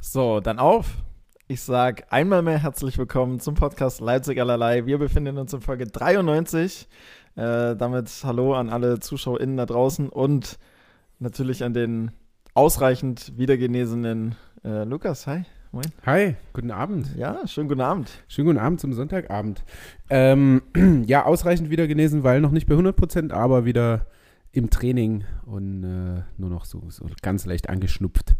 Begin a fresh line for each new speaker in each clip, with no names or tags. So, dann auf. Ich sage einmal mehr herzlich willkommen zum Podcast Leipzig allerlei. Wir befinden uns in Folge 93. Äh, damit hallo an alle ZuschauerInnen da draußen und natürlich an den ausreichend wiedergenesenen äh, Lukas. Hi.
Hi, guten Abend.
Ja, schönen guten Abend.
Schönen guten Abend zum Sonntagabend. Ähm, ja, ausreichend wieder genesen, weil noch nicht bei 100 Prozent, aber wieder im Training und äh, nur noch so, so ganz leicht angeschnupft.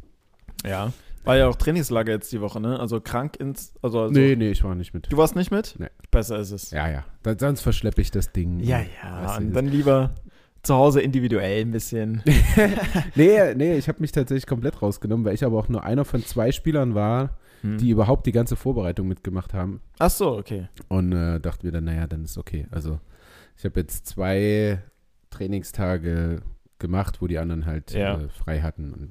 Ja. War ja auch Trainingslager jetzt die Woche, ne? Also krank ins. Also, also
nee, nee, ich war nicht mit.
Du warst nicht mit?
Nee.
Besser ist es.
Ja, ja. Da, sonst verschleppe ich das Ding.
Ja, ja.
Weißt du,
Und
das-
dann lieber zu Hause individuell ein bisschen.
nee, nee, ich habe mich tatsächlich komplett rausgenommen, weil ich aber auch nur einer von zwei Spielern war,
Mhm.
die überhaupt die ganze Vorbereitung mitgemacht haben.
Ach so, okay.
Und äh, dachte mir dann, naja, dann ist okay. Also ich habe jetzt zwei Trainingstage gemacht, wo die anderen halt
Ja.
äh, frei hatten. Und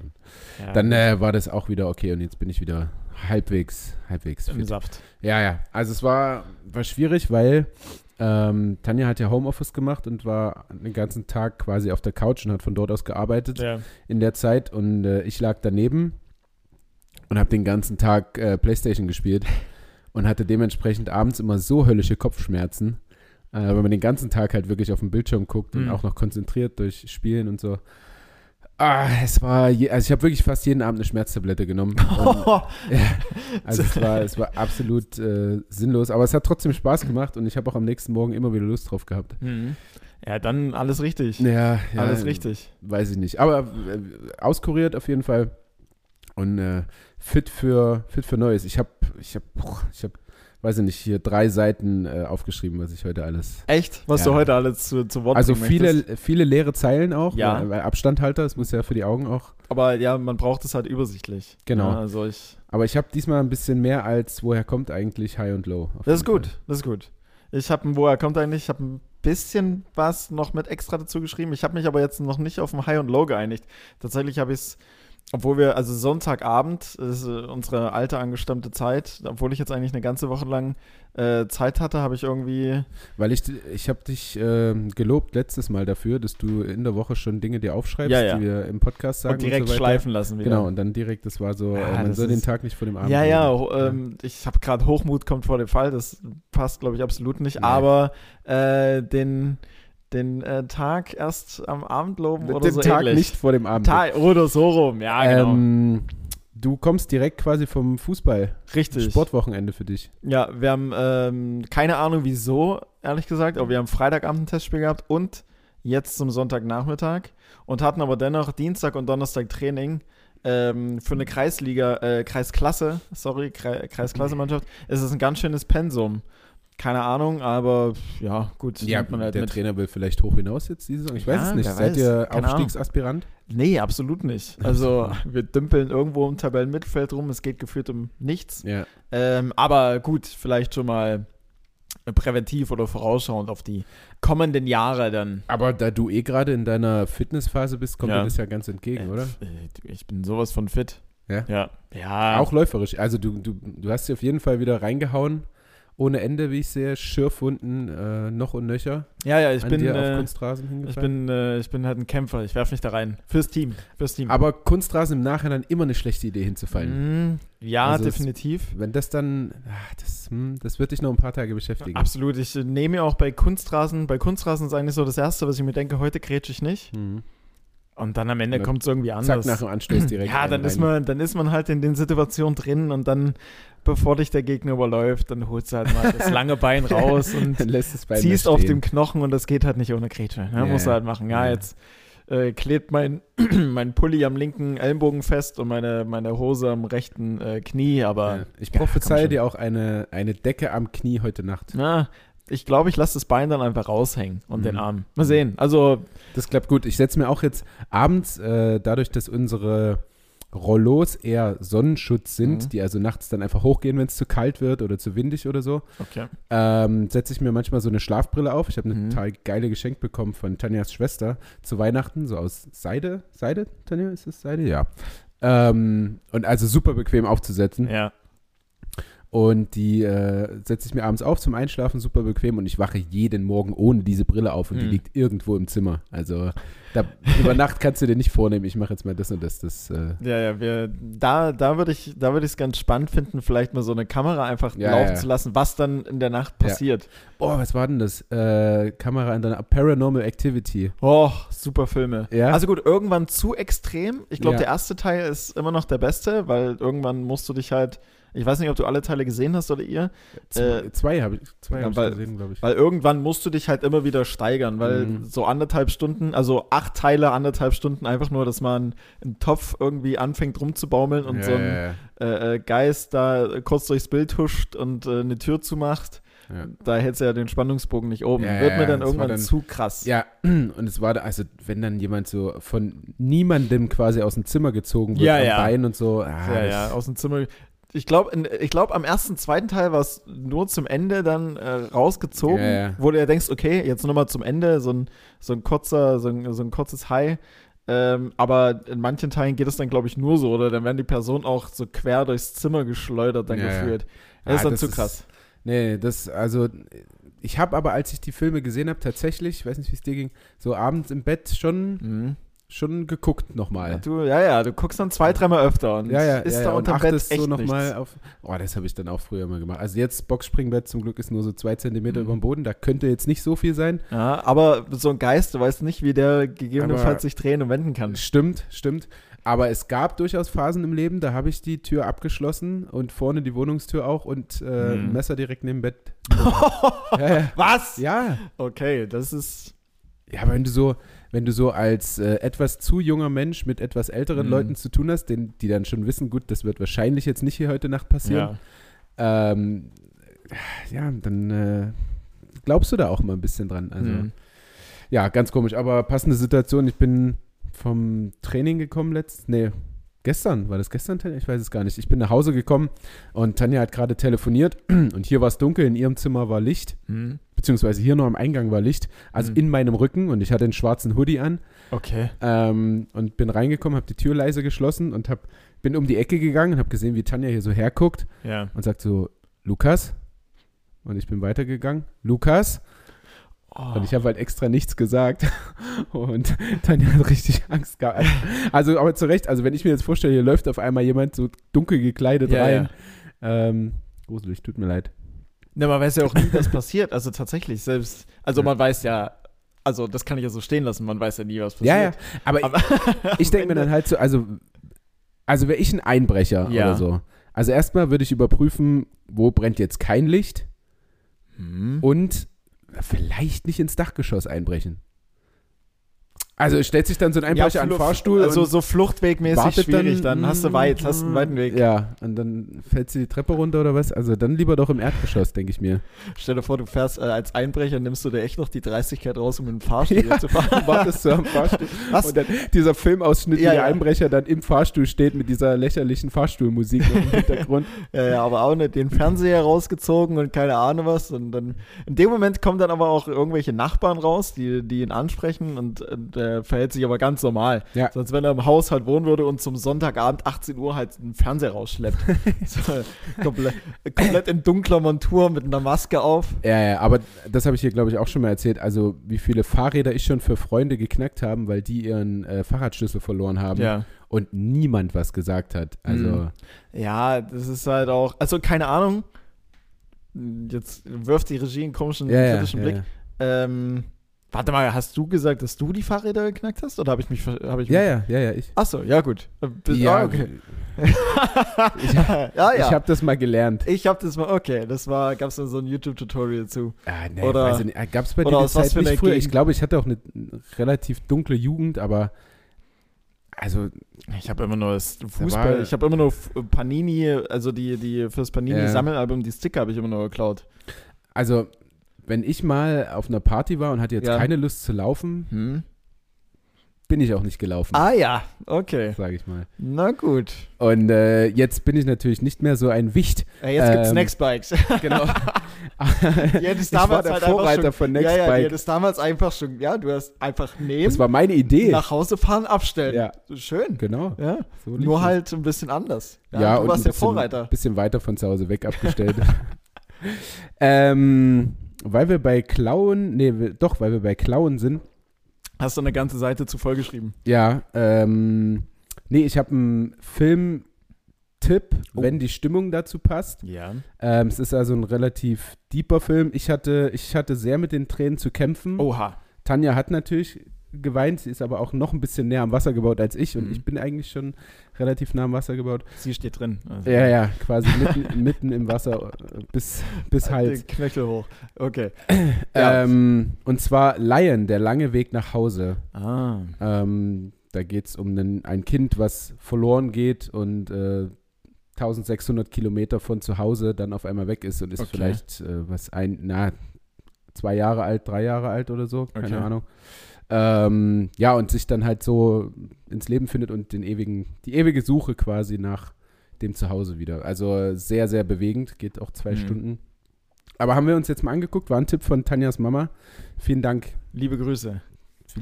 Ja.
dann äh, war das auch wieder okay und jetzt bin ich wieder halbwegs, halbwegs
im
fit.
Saft.
Ja, ja. Also es war, war schwierig, weil ähm, Tanja hat ja Homeoffice gemacht und war den ganzen Tag quasi auf der Couch und hat von dort aus gearbeitet
Ja.
in der Zeit und äh, ich lag daneben und habe den ganzen Tag äh, Playstation gespielt und hatte dementsprechend abends immer so höllische Kopfschmerzen, äh, weil man den ganzen Tag halt wirklich auf den Bildschirm guckt und
Mhm.
auch noch konzentriert durch Spielen und so. Ah, es war, je, also ich habe wirklich fast jeden Abend eine Schmerztablette genommen. Und, also es war, es war absolut äh, sinnlos, aber es hat trotzdem Spaß gemacht und ich habe auch am nächsten Morgen immer wieder Lust drauf gehabt.
Mhm. Ja, dann alles richtig.
Ja,
alles richtig.
weiß ich nicht. Aber äh, auskuriert auf jeden Fall und äh, fit für fit für Neues. Ich habe ich habe ich habe weiß ich nicht hier drei Seiten äh, aufgeschrieben, was ich heute alles.
Echt? Was
Ja.
du heute alles zu, zu Wort
Also
bringen möchtest.
viele viele leere Zeilen auch,
Ja.
weil, weil Abstandhalter, es muss ja für die Augen auch.
Aber ja, man braucht es halt übersichtlich.
Genau.
Ja, also ich.
Aber ich habe diesmal ein bisschen mehr als woher kommt eigentlich High und Low. auf
Das ist
jeden
gut. Das ist gut. Ich habe, woher kommt eigentlich? Ich habe ein bisschen was noch mit extra dazu geschrieben. Ich habe mich aber jetzt noch nicht auf ein High und Low geeinigt. Tatsächlich habe ich es. Obwohl wir, also Sonntagabend, das ist äh, unsere alte angestammte Zeit, obwohl ich jetzt eigentlich eine ganze Woche lang äh, Zeit hatte, habe ich irgendwie
Fall. Weil ich ich habe dich ähm, gelobt letztes Mal dafür, dass du in der Woche schon Dinge dir aufschreibst,
Ja, ja.
die wir im Podcast sagen
und direkt
so weiter.
schleifen lassen wieder.
Genau, und dann direkt, das war so,
Ja,
äh, man
das
soll den
ist-
Tag nicht vor dem Abend.
Ja,
reden.
ja, ho- ähm, ich habe gerade Hochmut kommt vor dem Fall, das passt, glaube ich, absolut nicht.
Nee.
Aber äh, den, den äh, Tag erst am Abend loben
Mit
oder
dem
so
Tag
ähnlich.
nicht vor dem Abend.
Tag oder so rum, ja, genau.
ähm, du kommst direkt quasi vom Fußball.
Richtig.
Sportwochenende für dich.
Ja, wir haben ähm, keine Ahnung wieso, ehrlich gesagt, aber wir haben Freitagabend ein Testspiel gehabt und jetzt zum Sonntagnachmittag und hatten aber dennoch Dienstag und Donnerstag Training. Ähm, für eine Kreisliga, äh, Kreisklasse, sorry, Kre Kreisklasse-Mannschaft, ist es ein ganz schönes Pensum. Keine Ahnung, aber ja, gut, nimmt man halt
der
mit.
Trainer will vielleicht hoch hinaus jetzt diese Saison. Ich weiß
Ja,
es nicht.
wer
Seid
weiß.
ihr
Keine Ahnung.
Aufstiegsaspirant?
Nee, absolut nicht. Also, wir dümpeln irgendwo im Tabellenmittelfeld rum, es geht gefühlt um nichts.
Ja.
Ähm, aber gut, vielleicht schon mal präventiv oder vorausschauend auf die kommenden Jahre dann.
Aber da du eh gerade in deiner Fitnessphase bist, kommt
Ja.
dir das ja ganz entgegen, oder?
Äh, Ich bin sowas von fit.
Ja?
Ja. ja.
Auch läuferisch. Also du, du, du hast sie auf jeden Fall wieder reingehauen. Ohne Ende, wie ich sehe, Schürfwunden äh, noch und nöcher
Ja, ja, ich
an
bin,
dir auf
äh,
Kunstrasen
ich,
hingefallen.
bin, äh, ich bin halt ein Kämpfer. Ich werfe mich da rein. Fürs Team. Fürs Team.
Aber Kunstrasen im Nachhinein immer eine schlechte Idee hinzufallen.
Mhm. Ja,
Also es-
definitiv.
Wenn das dann, ah, das, hm, das wird dich noch ein paar Tage beschäftigen.
Absolut. Ich äh, nehme mir auch bei Kunstrasen, bei Kunstrasen ist eigentlich so das Erste, was ich mir denke, heute grätsche ich nicht.
Mhm.
Und dann am Ende
Dann
kommt es irgendwie anders. Hm.
Zack, nach dem Anstoß direkt.
Ja,
einen
dann ist,
rein.
man, dann ist man halt in den Situationen drin und dann, bevor dich der Gegner überläuft, dann holst du halt mal das lange Bein raus und
Dann lässt es bei
ziehst auf dem Knochen und das geht halt nicht ohne Kretsche. Ne?
Ja,
Musst du
ja.
halt machen. Ja,
Ja.
jetzt äh, klebt mein, mein Pulli am linken Ellenbogen fest und meine, meine Hose am rechten äh, Knie, aber
ja. Ich
Ja, komm
prophezeie
schon.
dir auch eine, eine Decke am Knie heute Nacht.
na, ne, ich glaube, ich lasse das Bein dann einfach raushängen und den
Mhm.
Arm. Mal sehen. Also,
Das klappt gut. Ich setze mir auch jetzt abends, äh, dadurch, dass unsere Rollos eher Sonnenschutz sind,
Mhm.
die also nachts dann einfach hochgehen, wenn es zu kalt wird oder zu windig oder so,
okay.
ähm, setze ich mir manchmal so eine Schlafbrille auf. Ich habe eine
Mhm.
total geile Geschenk bekommen von Tanjas Schwester zu Weihnachten, so aus Seide. Seide, Tanja, ist es Seide? Ja. Ähm, und also super bequem aufzusetzen.
Ja.
Und die äh, setze ich mir abends auf zum Einschlafen, super bequem. Und ich wache jeden Morgen ohne diese Brille auf und die
Mhm.
liegt irgendwo im Zimmer. Also Da, über Nacht kannst du dir nicht vornehmen, ich mache jetzt mal das und das. das äh.
Ja, ja, wir, da, da würde ich es ganz spannend finden, vielleicht mal so eine Kamera einfach
Ja,
laufen
ja.
zu lassen, was dann in der Nacht
Ja.
passiert.
Boah, was war denn das? Äh, Kamera in deiner Paranormal Activity.
Oh, super Filme.
Ja.
Also gut, irgendwann zu extrem. Ich glaube,
Ja.
der erste Teil ist immer noch der beste, weil irgendwann musst du dich halt, ich weiß nicht, ob du alle Teile gesehen hast oder ihr,
Z
Äh,
zwei habe ich, zwei
ja,
hab
weil-
ich gesehen, glaube ich.
weil irgendwann musst du dich halt immer wieder steigern, weil
Mhm.
so anderthalb Stunden, also acht Teile, anderthalb Stunden, einfach nur, dass man einen Topf irgendwie anfängt rumzubaumeln und
Ja,
so ein
ja, ja.
äh, äh, Geist da kurz durchs Bild huscht und äh, eine Tür zumacht,
Ja.
da hältst du ja den Spannungsbogen nicht oben.
Ja,
Wird
ja,
mir dann
das war
irgendwann
dann-
zu krass.
Ja, und es war, da, also wenn dann jemand so von niemandem quasi aus dem Zimmer gezogen wird,
Ja,
am
ja.
Bein und so. Ah,
ja,
das-
ja, aus dem Zimmer. Ich glaube, ich glaub, am ersten, zweiten Teil war es nur zum Ende dann äh, rausgezogen,
Ja, ja.
wo du ja denkst, okay, jetzt nochmal zum Ende, so ein, so ein kurzer, so ein, so ein kurzes High. Ähm, aber in manchen Teilen geht es dann, glaube ich, nur so, oder dann werden die Personen auch so quer durchs Zimmer geschleudert, dann
Ja, ja.
geführt. Das
Ah,
ist dann
das
zu
ist-
krass.
Nee, das, also, ich habe aber, als ich die Filme gesehen habe, tatsächlich, ich weiß nicht, wie es dir ging, so abends im Bett schon,
Mhm.
schon geguckt
Ja,
nochmal.
du, ja, ja, du guckst dann zwei, dreimal öfter und
Ja, ja,
ist
ja,
da
ja, und
unter Bett
achtest
echt
so nochmal
nichts.
auf. Oh, das habe ich dann auch früher mal gemacht. Also jetzt Boxspringbett zum Glück ist nur so zwei Zentimeter
Mhm.
über dem Boden, da könnte jetzt nicht so viel sein.
Ja, aber so ein Geist, du weißt nicht, wie der
Aber-
gegebenenfalls sich drehen und wenden kann.
Stimmt, stimmt. Aber es gab durchaus Phasen im Leben, da habe ich die Tür abgeschlossen und vorne die Wohnungstür auch und äh, ein
Mhm.
Messer direkt neben dem Bett. ja, ja.
Was?
ja,
Okay, das ist.
Ja, aber wenn du so, wenn du so als äh, etwas zu junger Mensch mit etwas älteren
Mhm.
Leuten zu tun hast, den, die dann schon wissen, gut, das wird wahrscheinlich jetzt nicht hier heute Nacht passieren. Ja, ähm, ja dann äh, glaubst du da auch mal ein bisschen dran. Also,
Mhm.
ja, ganz komisch, aber passende Situation. Ich bin vom Training gekommen letzt, nee, gestern, war das gestern? Tanja? Ich weiß es gar nicht. Ich bin nach Hause gekommen und Tanja hat gerade telefoniert und hier war es dunkel, in ihrem Zimmer war Licht beziehungsweise hier noch am Eingang war Licht, also
Mhm.
in meinem Rücken und ich hatte einen schwarzen Hoodie an
Okay.
ähm, und bin reingekommen, habe die Tür leise geschlossen und hab, bin um die Ecke gegangen und habe gesehen, wie Tanja hier so herguckt
Ja.
und sagt so, Lukas? Und ich bin weitergegangen, Lukas?
Oh.
Und ich habe halt extra nichts gesagt und Tanja hat richtig Angst gehabt. Also, aber zu Recht, also wenn ich mir jetzt vorstelle, hier läuft auf einmal jemand so dunkel gekleidet
Ja,
rein. Ähm, gruselig, tut mir leid.
Na, Ne, man weiß ja auch nie, was passiert. Also tatsächlich, selbst. Also
Ja.
man weiß ja. Also das kann ich ja so stehen lassen. Man weiß ja nie, was
Ja, ja,
passiert.
aber
Aber
ich denke mir
Ende-
dann halt so, also, also wäre ich ein Einbrecher
Ja.
oder so. Also erstmal würde ich überprüfen, wo brennt jetzt kein Licht
Hm.
und vielleicht nicht ins Dachgeschoss einbrechen. Also stellt sich dann so ein Einbrecher an den
Flucht-
Fahrstuhl
Also
und
so fluchtwegmäßig
wartet
schwierig. Dann, hast du weit, hast einen weiten Weg.
Ja, und dann fällt sie die Treppe runter oder was? Also dann lieber doch im Erdgeschoss, denke ich mir.
Stell dir vor, du fährst äh, als Einbrecher, nimmst du dir echt noch die Dreistigkeit raus, um in den Fahrstuhl
Ja.
zu fahren.
Wartest du am Fahrstuhl
Was?
und dann dieser Filmausschnitt,
Ja,
wie der
ja.
Einbrecher dann im Fahrstuhl steht mit dieser lächerlichen Fahrstuhlmusik noch im Hintergrund.
Ja, ja, aber auch nicht den Fernseher rausgezogen und keine Ahnung was. Und dann in dem Moment kommen dann aber auch irgendwelche Nachbarn raus, die, die ihn ansprechen und, und äh, verhält sich aber ganz normal.
Ja.
Sonst wenn er im Haus halt wohnen würde und zum Sonntagabend 18 Uhr halt einen Fernseher rausschleppt. so, komplett, komplett in dunkler Montur mit einer Maske auf.
Ja, ja, aber das habe ich hier, glaube ich, auch schon mal erzählt. Also, wie viele Fahrräder ich schon für Freunde geknackt haben, weil die ihren äh, Fahrradschlüssel verloren haben und niemand was gesagt hat. Also,
Mhm. Ja, das ist halt auch, also keine Ahnung. Jetzt wirft die Regie einen komischen,
ja, ja,
kritischen
ja,
Blick.
ja.
Ähm, warte mal, hast du gesagt, dass du die Fahrräder geknackt hast? Oder habe ich mich. ver- Hab ich
Ja,
mich
ja, ja, ja, ich.
Achso, ja, gut. Äh, bis- ah, okay.
ich hab-
ja, ja.
Ich habe das mal gelernt.
Ich hab das mal, okay, das war, gab's dann so ein YouTube-Tutorial zu.
Ah, nee,
Oder-
weiß ich nicht. Gab es bei
oder
dir die
aus was
Zeit
für
nicht
einer
früher? Ich
Gegend?
glaube, ich hatte auch eine relativ dunkle Jugend, aber also,
Ich habe immer nur das
war-
Fußball, ich habe immer nur F- Panini, also die, die fürs
Ja.
Panini-Sammelalbum, die Sticker habe ich immer nur geklaut.
also, wenn ich mal auf einer Party war und hatte jetzt
Ja.
keine Lust zu laufen,
Hm?
bin ich auch nicht gelaufen,
Ah ja, okay.
sage ich mal.
Na gut.
Und äh, jetzt bin ich natürlich nicht mehr so ein Wicht.
Äh, jetzt gibt's
Ähm,
Nextbikes.
Genau.
Ja, das
ich war
damals
der
halt einfach
Vorreiter
schon-
von
ja, ja, die
Nextbike.
hat es damals einfach schon, ja, du hast einfach nehmen,
das war meine Idee.
nach Hause fahren, abstellen.
Ja.
Schön.
genau.
Ja.
So lief
Nur
das.
halt ein bisschen anders.
Ja,
du
und
warst
ein
der
bisschen,
Vorreiter.
bisschen weiter von zu Hause weg abgestellt. ähm, weil wir bei Klauen, nee, wir, doch, weil wir bei Klauen sind.
Hast du eine ganze Seite zu voll geschrieben?
Ja, ähm, nee, ich habe einen Filmtipp,
Oh.
wenn die Stimmung dazu passt.
Ja.
Ähm, es ist also ein relativ deeper Film. Ich hatte, ich hatte sehr mit den Tränen zu kämpfen.
Oha.
Tanja hat natürlich geweint, sie ist aber auch noch ein bisschen näher am Wasser gebaut als ich und
Mhm.
ich bin eigentlich schon relativ nah am Wasser gebaut.
Sie steht drin. Also,
Ja, ja, quasi mitten, mitten im Wasser äh, bis, bis Hals.
Den Knöchel hoch. Okay. Ja.
Ähm, und zwar Lion, der lange Weg nach Hause.
Ah.
Ähm, da geht es um einen, ein Kind, was verloren geht und äh, 1600 Kilometer von zu Hause dann auf einmal weg ist und ist
Okay.
vielleicht äh, was ein, na, zwei Jahre alt, drei Jahre alt oder so, keine
Okay.
Ahnung. Ähm, ja, und sich dann halt so ins Leben findet und den ewigen, die ewige Suche quasi nach dem Zuhause wieder. Also äh, sehr, sehr bewegend, geht auch zwei
Mhm.
Stunden. Aber haben wir uns jetzt mal angeguckt, war ein Tipp von Tanjas Mama. Vielen Dank.
Liebe Grüße.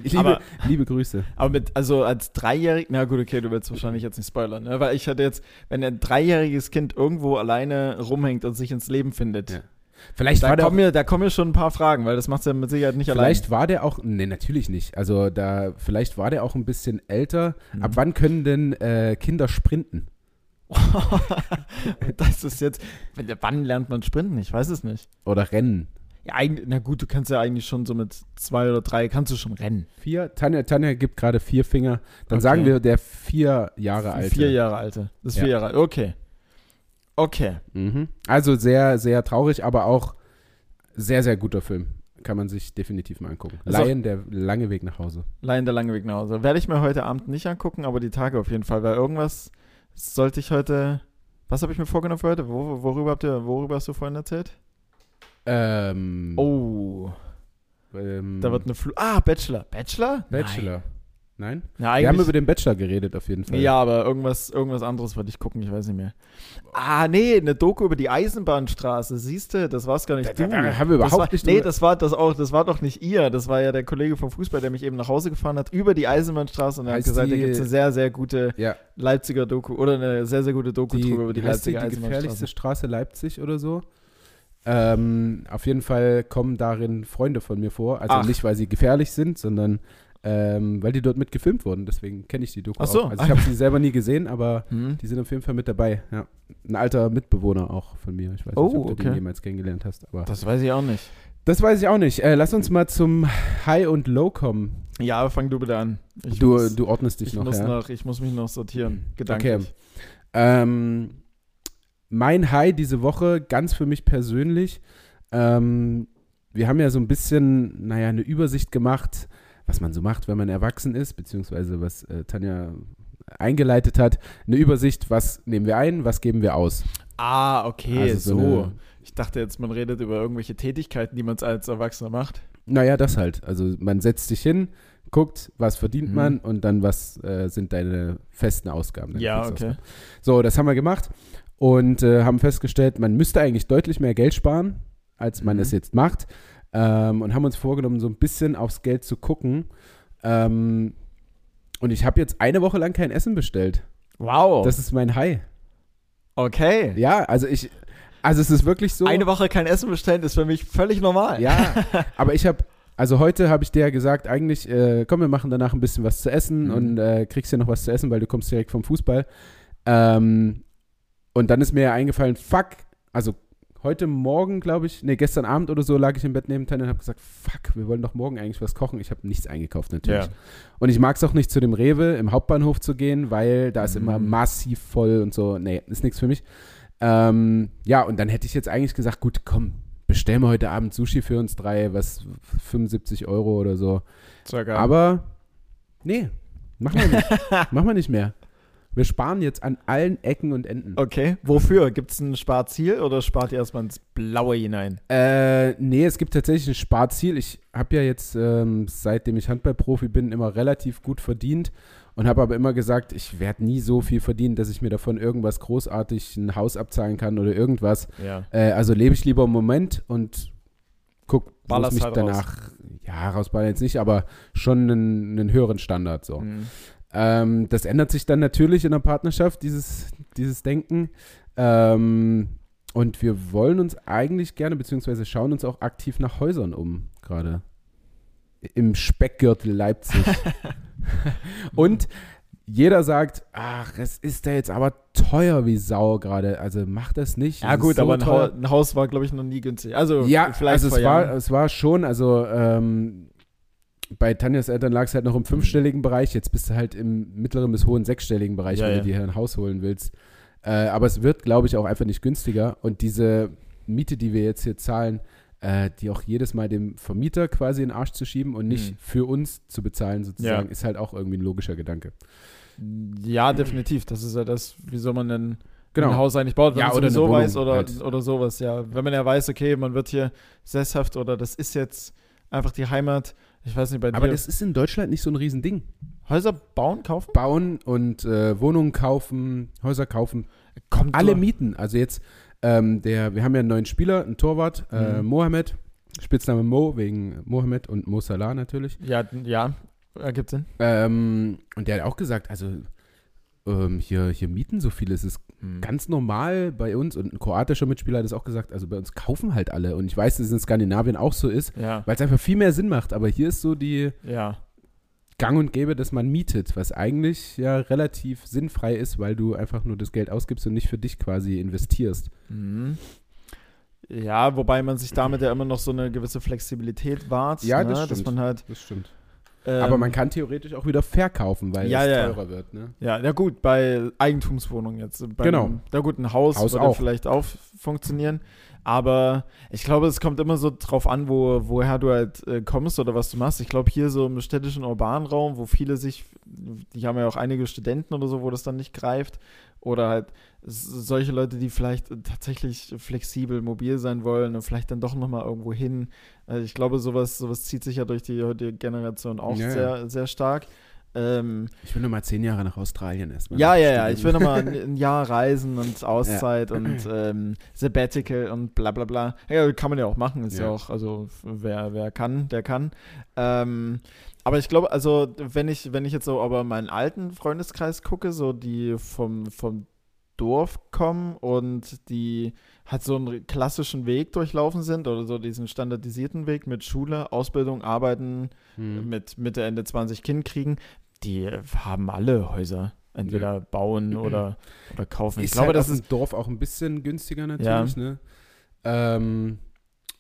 Liebe,
Aber-
liebe Grüße.
Aber mit, also als Dreijährig, na gut, okay, du willst wahrscheinlich jetzt nicht spoilern, ne? weil ich hatte jetzt, wenn ein dreijähriges Kind irgendwo alleine rumhängt und sich ins Leben findet,
Ja. Vielleicht
da,
war der
kommen mir, da kommen mir schon ein paar Fragen, weil das macht ja mit Sicherheit nicht
Vielleicht war der auch, nee, natürlich nicht. Also da, vielleicht war der auch ein bisschen älter.
Mhm.
Ab wann können denn äh, Kinder sprinten?
allein. das ist jetzt, wenn- wann lernt man sprinten? Ich weiß es nicht.
Oder rennen?
Ja, eigentlich, na gut, du kannst ja eigentlich schon so mit zwei oder drei, kannst du schon rennen.
Vier? Tanja, Tanja gibt gerade vier Finger. Dann
Okay.
sagen wir, der vier Jahre
Ein
alt.
Vier Jahre alte. Das ist
Ja.
vier Jahre alt. Okay. Okay.
Mhm. Also sehr, sehr traurig, aber auch sehr, sehr guter Film. Kann man sich definitiv mal angucken.
Ist auch-
Lion, der lange Weg nach Hause.
Lion der lange Weg nach Hause. Werde ich mir heute Abend nicht angucken, aber die Tage auf jeden Fall, weil irgendwas sollte ich heute. Was habe ich mir vorgenommen für heute? Wo, worüber, habt ihr, worüber hast du vorhin erzählt?
Ähm,
Oh,
ähm,
da wird eine Flu. Ah, Bachelor. Bachelor?
Bachelor. Nein?
Nein. Na,
Wir haben
eigentlich,
über den Bachelor geredet auf jeden Fall.
ja, aber irgendwas, irgendwas anderes wollte ich gucken, ich weiß nicht mehr. Ah, nee, eine Doku über die Eisenbahnstraße. Siehst du, das war's gar nicht.
Da, da,
du.
da haben wir
Das war,
überhaupt nicht
nee,
drüber-
das war das auch, das war doch nicht ihr, das war ja der Kollege vom Fußball, der mich eben nach Hause gefahren hat, über die Eisenbahnstraße und er hat
Heißt
gesagt, da
die-
gibt es eine sehr, sehr gute
Ja.
Leipziger Doku oder eine sehr, sehr gute Doku drüber über die
heißt
Leipziger
die gefährlichste
Eisenbahnstraße.
Straße Leipzig oder so. Ähm, auf jeden Fall kommen darin Freunde von mir vor. Also
Ach.
nicht, weil sie gefährlich sind, sondern ähm, weil die dort mit gefilmt wurden. Deswegen kenne ich die Doku
Ach so.
auch. Also ich habe sie selber nie gesehen, aber
Hm?
die sind auf jeden Fall mit dabei. Ja. Ein alter Mitbewohner auch von mir. Ich weiß
Oh,
nicht, ob du
okay.
den jemals kennengelernt hast. Aber
Das weiß ich auch nicht.
das weiß ich auch nicht. Äh, lass uns mal zum High und Low kommen.
Ja, aber fang du bitte an. Ich
Du,
muss,
du ordnest dich
ich
noch.
muss
ja?
noch. Ich muss mich noch sortieren, gedanklich.
Okay. Ähm, mein High diese Woche, ganz für mich persönlich. Ähm, wir haben ja so ein bisschen, naja, eine Übersicht gemacht, was man so macht, wenn man erwachsen ist, beziehungsweise was äh, Tanja eingeleitet hat. Eine Übersicht, was nehmen wir ein, was geben wir aus.
Ah, okay,
Also so
so.
eine-
ich dachte jetzt, man redet über irgendwelche Tätigkeiten, die man als Erwachsener macht.
Naja, das halt. Also man setzt sich hin, guckt, was verdient
Mhm.
man und dann, was äh, sind deine festen Ausgaben. deine
ja,
Fixausgaben.
okay.
So, das haben wir gemacht und äh, haben festgestellt, man müsste eigentlich deutlich mehr Geld sparen, als man
Mhm.
es jetzt macht. Ähm, und haben uns vorgenommen, so ein bisschen aufs Geld zu gucken. Ähm, und ich habe jetzt eine Woche lang kein Essen bestellt.
Wow.
Das ist mein High.
okay.
Ja, also ich, also es ist wirklich so.
Eine Woche kein Essen bestellen ist für mich völlig normal.
Ja, aber ich habe, also heute habe ich dir ja gesagt, eigentlich, äh, komm, wir machen danach ein bisschen was zu essen
Mhm.
und äh, kriegst ja noch was zu essen, weil du kommst direkt vom Fußball. Ähm, und dann ist mir ja eingefallen, fuck, also heute Morgen, glaube ich, nee, gestern Abend oder so lag ich im Bett neben Tanja und habe gesagt, fuck, wir wollen doch morgen eigentlich was kochen. Ich habe nichts eingekauft natürlich.
Ja.
Und ich mag es auch nicht, zu dem Rewe im Hauptbahnhof zu gehen, weil da ist immer
Mhm.
massiv voll und so. Nee, ist nichts für mich. Ähm, ja, und dann hätte ich jetzt eigentlich gesagt, gut, komm, bestellen wir heute Abend Sushi für uns drei, was 75 Euro oder so.
Circa.
Aber nee, machen wir nicht. machen wir nicht mehr. Wir sparen jetzt an allen Ecken und Enden.
Okay, wofür? Gibt es ein Sparziel oder spart ihr erstmal ins Blaue hinein?
Äh, nee, es gibt tatsächlich ein Sparziel. Ich habe ja jetzt, ähm, seitdem ich Handballprofi bin, immer relativ gut verdient und habe aber immer gesagt, ich werde nie so viel verdienen, dass ich mir davon irgendwas großartig ein Haus abzahlen kann oder irgendwas.
Ja.
Äh, also lebe ich lieber im Moment und guck, wo es
Ballerst
mich
halt
danach, ja, rausballern jetzt nicht, aber schon einen, einen höheren Standard
Mhm.
so.
Hm.
Ähm, das ändert sich dann natürlich in der Partnerschaft, dieses, dieses Denken. Ähm, und wir wollen uns eigentlich gerne, beziehungsweise schauen uns auch aktiv nach Häusern um gerade. im Speckgürtel Leipzig. und jeder sagt, ach, es ist ja jetzt aber teuer wie Sau gerade. Also mach das nicht.
Ja
Es
gut,
ist so
aber ein,
teuer.
Hau- ein Haus war, glaube ich, noch nie günstig. Also
Ja,
vielleicht
also
vor
es war,
Jahren.
es war schon, also ähm, bei Tanjas Eltern lag es halt noch im fünfstelligen Bereich, jetzt bist du halt im mittleren bis hohen sechsstelligen Bereich,
Ja,
wenn
ja.
du dir ein Haus holen willst. Äh, aber es wird, glaube ich, auch einfach nicht günstiger. Und diese Miete, die wir jetzt hier zahlen, äh, die auch jedes Mal dem Vermieter quasi in den Arsch zu schieben und nicht
Mhm.
für uns zu bezahlen, sozusagen,
Ja.
ist halt auch irgendwie ein logischer Gedanke.
äh, Ja, definitiv. Das ist ja das, wieso man denn ein
Genau.
Haus eigentlich baut, wenn
Ja,
man
oder eine
sowieso
Wohnung
weiß oder,
halt.
oder sowas, ja. Wenn man ja weiß, okay, man wird hier sesshaft oder das ist jetzt einfach die Heimat. Ich weiß nicht, bei
Aber
dir.
das ist in Deutschland nicht so ein Riesending.
Häuser bauen, kaufen?
Bauen und äh, Wohnungen kaufen, Häuser kaufen,
Kommt
alle
doch.
Mieten. Also jetzt, ähm, der, wir haben ja einen neuen Spieler, einen Torwart, äh,
Mhm.
Mohamed, Spitzname Mo, wegen Mohamed und Mo Salah natürlich.
Ja, d- ja, ergibt Sinn.
Ähm, und der hat auch gesagt, also ähm, hier, hier mieten so viele, es ist
Hm.
ganz normal bei uns. Und ein kroatischer Mitspieler hat es auch gesagt, also bei uns kaufen halt alle. Und ich weiß, dass es in Skandinavien auch so ist,
Ja,
weil es einfach viel mehr Sinn macht. Aber hier ist so die
ja.
Gang und Gäbe, dass man mietet, was eigentlich ja relativ sinnfrei ist, weil du einfach nur das Geld ausgibst und nicht für dich quasi investierst.
Mhm. Ja, wobei man sich damit ja immer noch so eine gewisse Flexibilität wahrt.
Ja,
ne?
das
Dass
stimmt.
man halt.
Das stimmt.
ähm,
Aber man kann theoretisch auch wieder verkaufen, weil
Ja,
es
ja.
teurer wird. Ne?
Ja, na gut, bei Eigentumswohnungen jetzt. Bei
Genau.
einem- Na gut, ein Haus,
Haus
würde
auch.
vielleicht auch funktionieren. Aber ich glaube, es kommt immer so drauf an, wo, woher du halt äh, kommst oder was du machst. Ich glaube, hier so im städtischen urbanen Raum, wo viele sich, die haben ja auch einige Studenten oder so, wo das dann nicht greift. Oder halt s- solche Leute, die vielleicht tatsächlich flexibel, mobil sein wollen und vielleicht dann doch nochmal irgendwo hin. Also ich glaube, sowas, sowas zieht sich ja durch die heutige Generation auch
Ja, ja.
sehr, sehr stark. Ähm,
Ich will nur mal zehn Jahre nach Australien erstmal.
ja, ja, ja. Ich will nochmal ein, ein Jahr reisen und Auszeit
Ja.
und ähm, Sabbatical und bla bla bla. Ja, kann man ja auch machen, ist ja,
Ja.
auch, also f- wer, wer kann, der kann. Ähm, aber ich glaube, also wenn ich, wenn ich jetzt so aber meinen alten Freundeskreis gucke, so die vom, vom Dorf kommen und die halt so einen klassischen Weg durchlaufen sind oder so diesen standardisierten Weg mit Schule, Ausbildung, Arbeiten,
Hm.
mit Mitte, Ende 20 Kind kriegen, die haben alle Häuser. Entweder bauen oder, oder kaufen. Ich
Ist
glaube,
halt
das
auf
Mhm. ist.
dem Dorf auch ein bisschen günstiger natürlich. Ne? Ähm,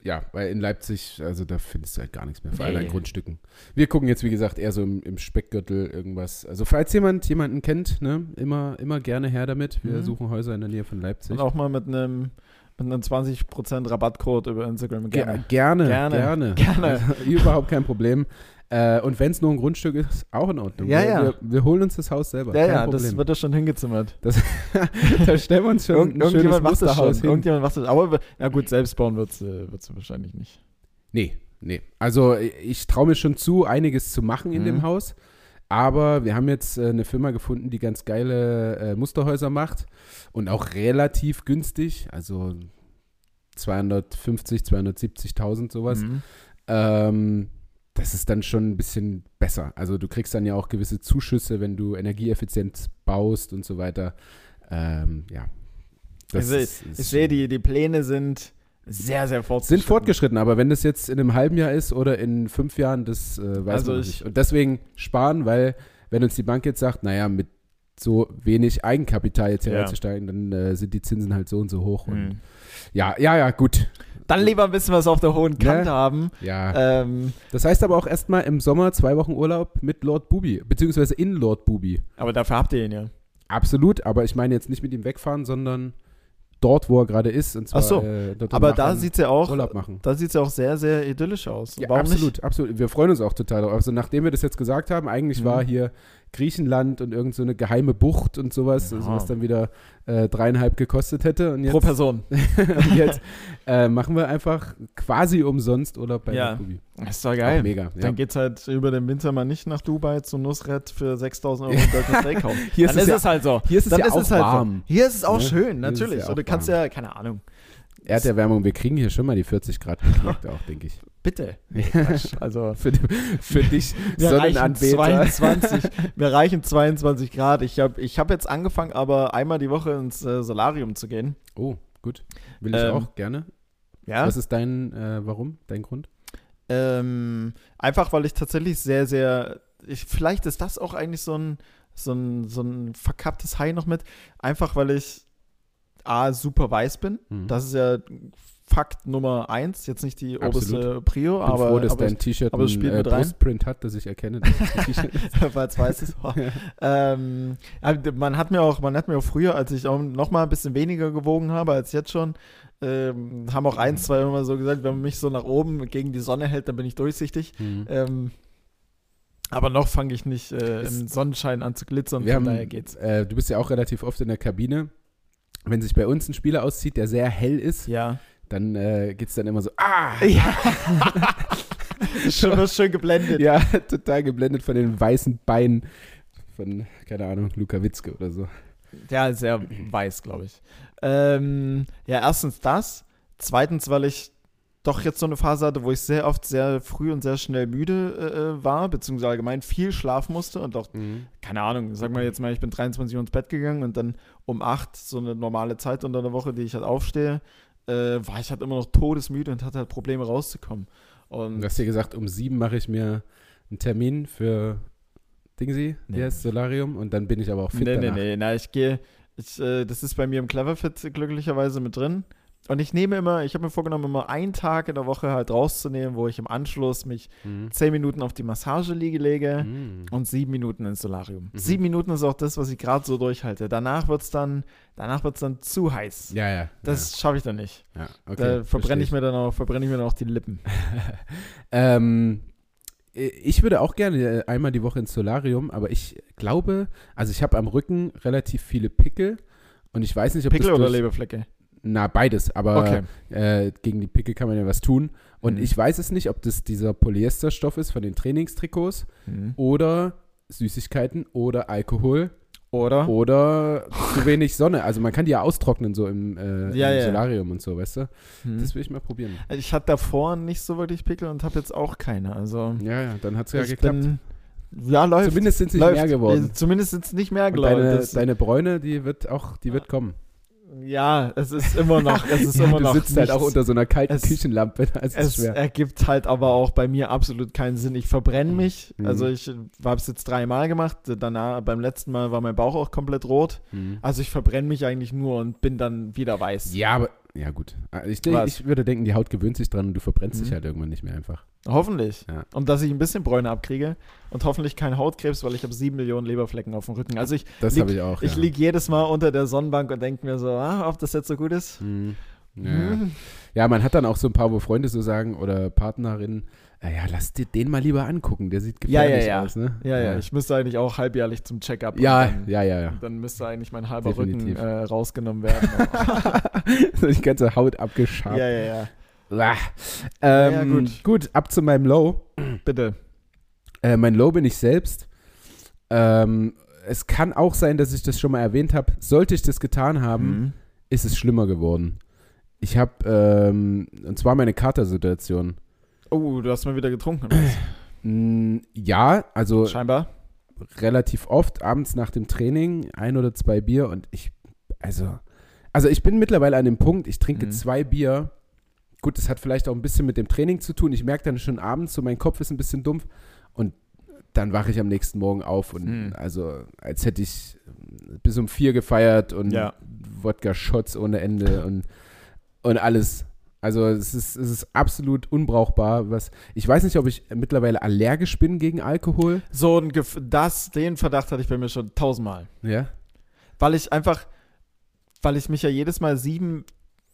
ja, weil in Leipzig, also da findest du halt gar nichts mehr, vor allem
Nee.
an Grundstücken. Wir gucken jetzt, wie gesagt, eher so im, im Speckgürtel irgendwas. Also falls jemand jemanden kennt, ne, immer, immer gerne her damit. Wir
Mhm. Genau,
suchen Häuser in der Nähe von Leipzig.
Und auch mal mit einem, mit einem 20% Rabattcode über Instagram.
Ge-
Gerne.
Gerne,
Gerne.
gerne. gerne.
Gerne.
Also, überhaupt kein Problem. Äh, und wenn es nur ein Grundstück ist, auch in Ordnung.
Ja,
wir,
ja.
Wir, wir holen uns das Haus selber.
ja,
kein
ja, das
Problem.
wird doch schon hingezimmert.
da stellen wir uns schon
Irgend-
ein schönes
irgendjemand halt macht das schon.
Musterhaus hin.
Irgendjemand macht das. Aber na gut, selbst bauen wird es wahrscheinlich nicht.
Nee, nee. Also ich traue mir schon zu, einiges zu machen in
Mhm.
dem Haus. Aber wir haben jetzt äh, eine Firma gefunden, die ganz geile äh, Musterhäuser macht und auch relativ günstig, also 250, 270.000 sowas.
Mhm.
ähm, das ist dann schon ein bisschen besser. Also du kriegst dann ja auch gewisse Zuschüsse, wenn du energieeffizient baust und so weiter. Ähm, ja.
Ich seh- Ich sehe, die, die Pläne sind sehr, sehr fortgeschritten.
sind fortgeschritten, aber wenn das jetzt in einem halben Jahr ist oder in fünf Jahren, das äh, weiß
Also
man noch
ich-
nicht. Und deswegen sparen, weil wenn uns die Bank jetzt sagt, naja, mit so wenig Eigenkapital jetzt hier
Ja.
reinzusteigen, dann äh, sind die Zinsen halt so und so hoch. Und
Mhm.
ja, ja, ja, gut.
Dann lieber ein bisschen was auf der hohen Kante
Ne?
haben.
Ja.
Ähm,
Das heißt aber auch erstmal im Sommer zwei Wochen Urlaub mit Lord Bubi, beziehungsweise in Lord Bubi.
aber dafür habt ihr ihn ja.
Absolut, aber ich meine jetzt nicht mit ihm wegfahren, sondern dort, wo er gerade ist. Und zwar,
Ach so.
äh, dort
Aber
machen,
da sieht es ja auch,
Urlaub machen.
da sieht's ja auch sehr, sehr idyllisch aus.
Ja,
Warum
absolut, absolut. Wir freuen uns auch total drauf. Also nachdem wir das jetzt gesagt haben, eigentlich
Mhm.
war hier Griechenland und irgend so eine geheime Bucht und sowas,
Ja.
also was dann wieder äh, dreieinhalb gekostet hätte. Und
nicht?
jetzt,
Pro Person.
und jetzt äh, machen wir einfach quasi umsonst Urlaub bei
Ja.
Lord Bubi.
Das ist doch
Auch
geil.
mega. Ja.
Dann geht's halt über den Winter mal nicht nach Dubai zum Nusret für 6000 Euro und Dirk Steak kaufen.
Hier
Dann ist es halt so.
hier ist es
Dann
ja
ist
auch
es halt
warm.
so. Hier ist es auch
Ne?
schön,
Hier ist es
natürlich.
ja
so, du
auch
kannst ja, keine Ahnung.
Erderwärmung, wir kriegen hier schon mal die 40 Grad geknackt auch, denke ich.
Bitte. Nee, Quatsch. also,
Für, für dich
wir reichen,
Sonnenanbeter.
22, wir reichen 22 Grad. Ich habe ich hab jetzt angefangen, aber einmal die Woche ins äh, Solarium zu gehen.
Oh, gut. Will ich
Ähm,
auch gerne.
Ja.
Was ist dein, äh, warum, dein Grund?
Ähm, einfach weil ich tatsächlich sehr, sehr. Ich, vielleicht ist das auch eigentlich so ein, so, ein, so ein verkapptes High noch mit. Einfach weil ich A, super weiß bin.
Mhm.
Das ist ja Fakt Nummer eins. Jetzt nicht die
Absolut.
oberste Prio,
Ich bin
aber,
froh, dass
aber
dein T-Shirt
aber es spielt
einen äh,
mit rein.
Brustprint hat, dass ich erkenne, dass es ein T-Shirt ist.
weil es weiß ist. Boah. ähm, aber man hat mir auch, man hat mir auch früher, als ich auch noch mal ein bisschen weniger gewogen habe als jetzt schon, ähm, haben auch ein, zwei immer so gesagt, wenn man mich so nach oben gegen die Sonne hält, dann bin ich durchsichtig.
Mhm.
Ähm, aber noch fange ich nicht äh, im
Ist-
Sonnenschein an zu glitzern,
Wir
von
haben,
daher geht's.
Äh, du bist ja auch relativ oft in der Kabine. Wenn sich bei uns ein Spieler auszieht, der sehr hell ist,
Ja.
dann äh, geht es dann immer so, ah!
ja. schon was schön geblendet.
Ja, total geblendet von den weißen Beinen von, keine Ahnung, Luka Witzke oder so.
Ja, sehr weiß, glaube ich. Ähm, ja, erstens das. Zweitens, weil ich doch jetzt so eine Phase hatte, wo ich sehr oft sehr früh und sehr schnell müde äh, äh, war, beziehungsweise allgemein viel schlafen musste und auch, keine Ahnung, sag mal jetzt mal, ich bin 23 Uhr ins Bett gegangen und dann um 8, so eine normale Zeit unter der Woche, die ich halt aufstehe, äh, war ich halt immer noch todesmüde und hatte halt Probleme rauszukommen.
Und
Und
du hast dir gesagt, um sieben mache ich mir einen Termin für Dingsy,
Nee.
der ist Solarium, und dann bin ich aber auch fit
Nee, nee,
danach.
nee, na, ich gehe, ich, äh, das ist bei mir im Cleverfit glücklicherweise mit drin. Und ich nehme immer, ich habe mir vorgenommen, immer einen Tag in der Woche halt rauszunehmen, wo ich im Anschluss mich
Mhm.
zehn Minuten auf die Massageliege lege
Mhm.
und sieben Minuten ins Solarium.
Mhm.
Sieben Minuten ist auch das, was ich gerade so durchhalte. Danach wird es dann, danach wird's dann zu heiß.
Ja, ja.
Das schaffe ich dann nicht.
ja, ja. Okay,
da verbrenne ich mir dann auch, verbrenne ich mir dann auch die Lippen.
Ähm, ich würde auch gerne äh, einmal die Woche ins Solarium, aber ich glaube, also ich habe am Rücken relativ viele Pickel und ich weiß nicht, ob
Pickel
das
oder
durch-
Leberflecke?
Na, beides, aber äh, gegen die Pickel kann man ja was tun. Und
Mhm.
ich weiß es nicht, ob das dieser Polyesterstoff ist von den Trainingstrikots
Mhm.
oder Süßigkeiten oder Alkohol
Oder?
oh. oder zu wenig Sonne. Also man kann die ja austrocknen so im, äh,
Ja,
im
ja.
Solarium und so, weißt du?
Mhm.
Das will ich mal probieren.
Ich hatte davor nicht so wirklich Pickel und habe jetzt auch keine. Also
Ja, ja, dann hat es ja
ich
geklappt.
bin- ja, läuft.
Zumindest sind es nicht
läuft.
mehr geworden.
Äh, Zumindest sind es nicht mehr,
Und
glaube ich.
deine,
Das-
deine Bräune, die wird auch, die wird kommen.
Ja, es ist immer noch. Es ist
Ja,
immer
du
noch
sitzt halt auch
nichts.
unter so einer kalten
Es-
Küchenlampe. Das ist
es
schwer.
ergibt halt aber auch bei mir absolut keinen Sinn. Ich verbrenne mich.
Mhm.
Also ich habe es jetzt dreimal gemacht. Danach, beim letzten Mal war mein Bauch auch komplett rot.
Mhm.
Also ich verbrenne mich eigentlich nur und bin dann wieder weiß.
Ja, aber. Ja, gut. Also Ich, denk,
Was?
ich würde denken, die Haut gewöhnt sich dran und du verbrennst dich
Mhm.
halt irgendwann nicht mehr einfach.
Hoffentlich.
Ja.
Und dass ich ein bisschen Bräune abkriege und hoffentlich kein Hautkrebs, weil ich habe sieben Millionen Leberflecken auf dem Rücken. Also ich,
Das
Lieg-
habe ich auch.
ich
ja.
liege jedes Mal unter der Sonnenbank und denke mir so, ah, ob das jetzt so gut ist.
Mhm. Ja, ja.
Hm.
ja, man hat dann auch so ein paar, wo Freunde so sagen oder Partnerinnen, naja, lass dir den mal lieber angucken, der sieht
Ja, ja,
gefährlich
ja.
aus, ne?
Ja, ja, ich müsste eigentlich auch halbjährlich zum Check-up.
Ja,
Und dann,
ja, ja, ja.
dann müsste eigentlich mein halber
Definitiv.
Rücken äh, rausgenommen werden.
so die ganze Haut abgeschabt.
ja, ja, ja.
Blah. Ähm,
Ja, gut.
gut. ab zu meinem Low.
Bitte.
Äh, mein Low bin ich selbst. Ähm, es kann auch sein, dass ich das schon mal erwähnt habe. Sollte ich das getan
Ähm,
haben, ist es schlimmer geworden. Ich habe, ähm, und zwar meine Katersituation.
Oh, du hast mal wieder getrunken. oder was?
Mm, ja, also
Scheinbar.
relativ oft abends nach dem Training ein oder zwei Bier und ich, also, also ich bin mittlerweile an dem Punkt, ich trinke
Mhm.
zwei Bier. Gut, das hat vielleicht auch ein bisschen mit dem Training zu tun. Ich merke dann schon abends, so mein Kopf ist ein bisschen dumpf und dann wache ich am nächsten Morgen auf und
Mhm.
also als hätte ich bis um vier gefeiert und
Ja.
Wodka-Shots ohne Ende und, und alles. Also es ist, es ist absolut unbrauchbar. Was, ich weiß nicht, ob ich mittlerweile allergisch bin gegen Alkohol.
So ein Gef das, den Verdacht hatte ich bei mir schon tausendmal.
Ja.
Weil ich einfach, weil ich mich ja jedes Mal sieben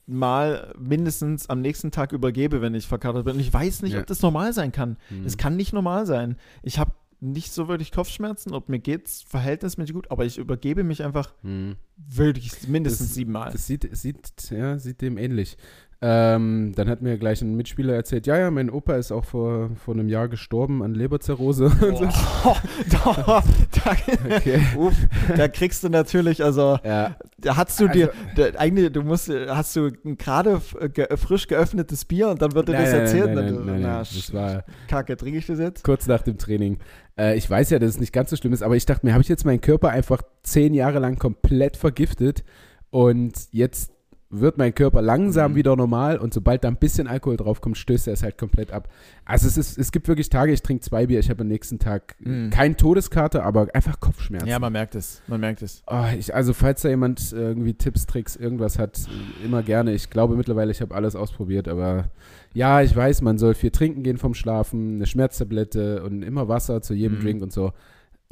Mal mindestens am nächsten Tag übergebe, wenn ich verkatert bin. Und ich weiß nicht,
Ja.
ob das normal sein kann.
Mhm.
Das kann nicht normal sein. Ich habe nicht so wirklich Kopfschmerzen, ob mir geht's verhältnismäßig gut, aber ich übergebe mich einfach
Mhm.
wirklich mindestens
Das-
siebenmal.
Das sieht, sieht, ja, sieht dem ähnlich. Ähm, dann hat mir gleich ein Mitspieler erzählt, ja, ja, mein Opa ist auch vor, vor einem Jahr gestorben an Leberzirrhose. Und so.
Boah. da, da,
Okay.
uff, da kriegst du natürlich, also
Ja,
da hast du dir,
Also
da, eigentlich, du musst, hast du ein gerade f- ge frisch geöffnetes Bier und dann wird dir das erzählt.
Nein,
und
nein,
dann,
nein, nein,
na,
nein. Das war
Kacke, trinke ich das jetzt?
kurz nach dem Training. Äh, ich weiß ja, dass es nicht ganz so schlimm ist, aber ich dachte mir, habe ich jetzt meinen Körper einfach zehn Jahre lang komplett vergiftet und jetzt wird mein Körper langsam
Mhm.
wieder normal und sobald da ein bisschen Alkohol draufkommt, stößt er es halt komplett ab. Also es, ist, es gibt wirklich Tage, ich trinke zwei Bier, ich habe am nächsten Tag
Mhm.
kein Todeskarte, aber einfach Kopfschmerzen.
Ja, man merkt es. Man merkt es.
Oh, ich, also falls da jemand irgendwie Tipps, Tricks, irgendwas hat, immer gerne. Ich glaube mittlerweile, ich habe alles ausprobiert, aber ja, ich weiß, man soll viel trinken gehen vom Schlafen, eine Schmerztablette und immer Wasser zu jedem
Mhm.
Drink und so.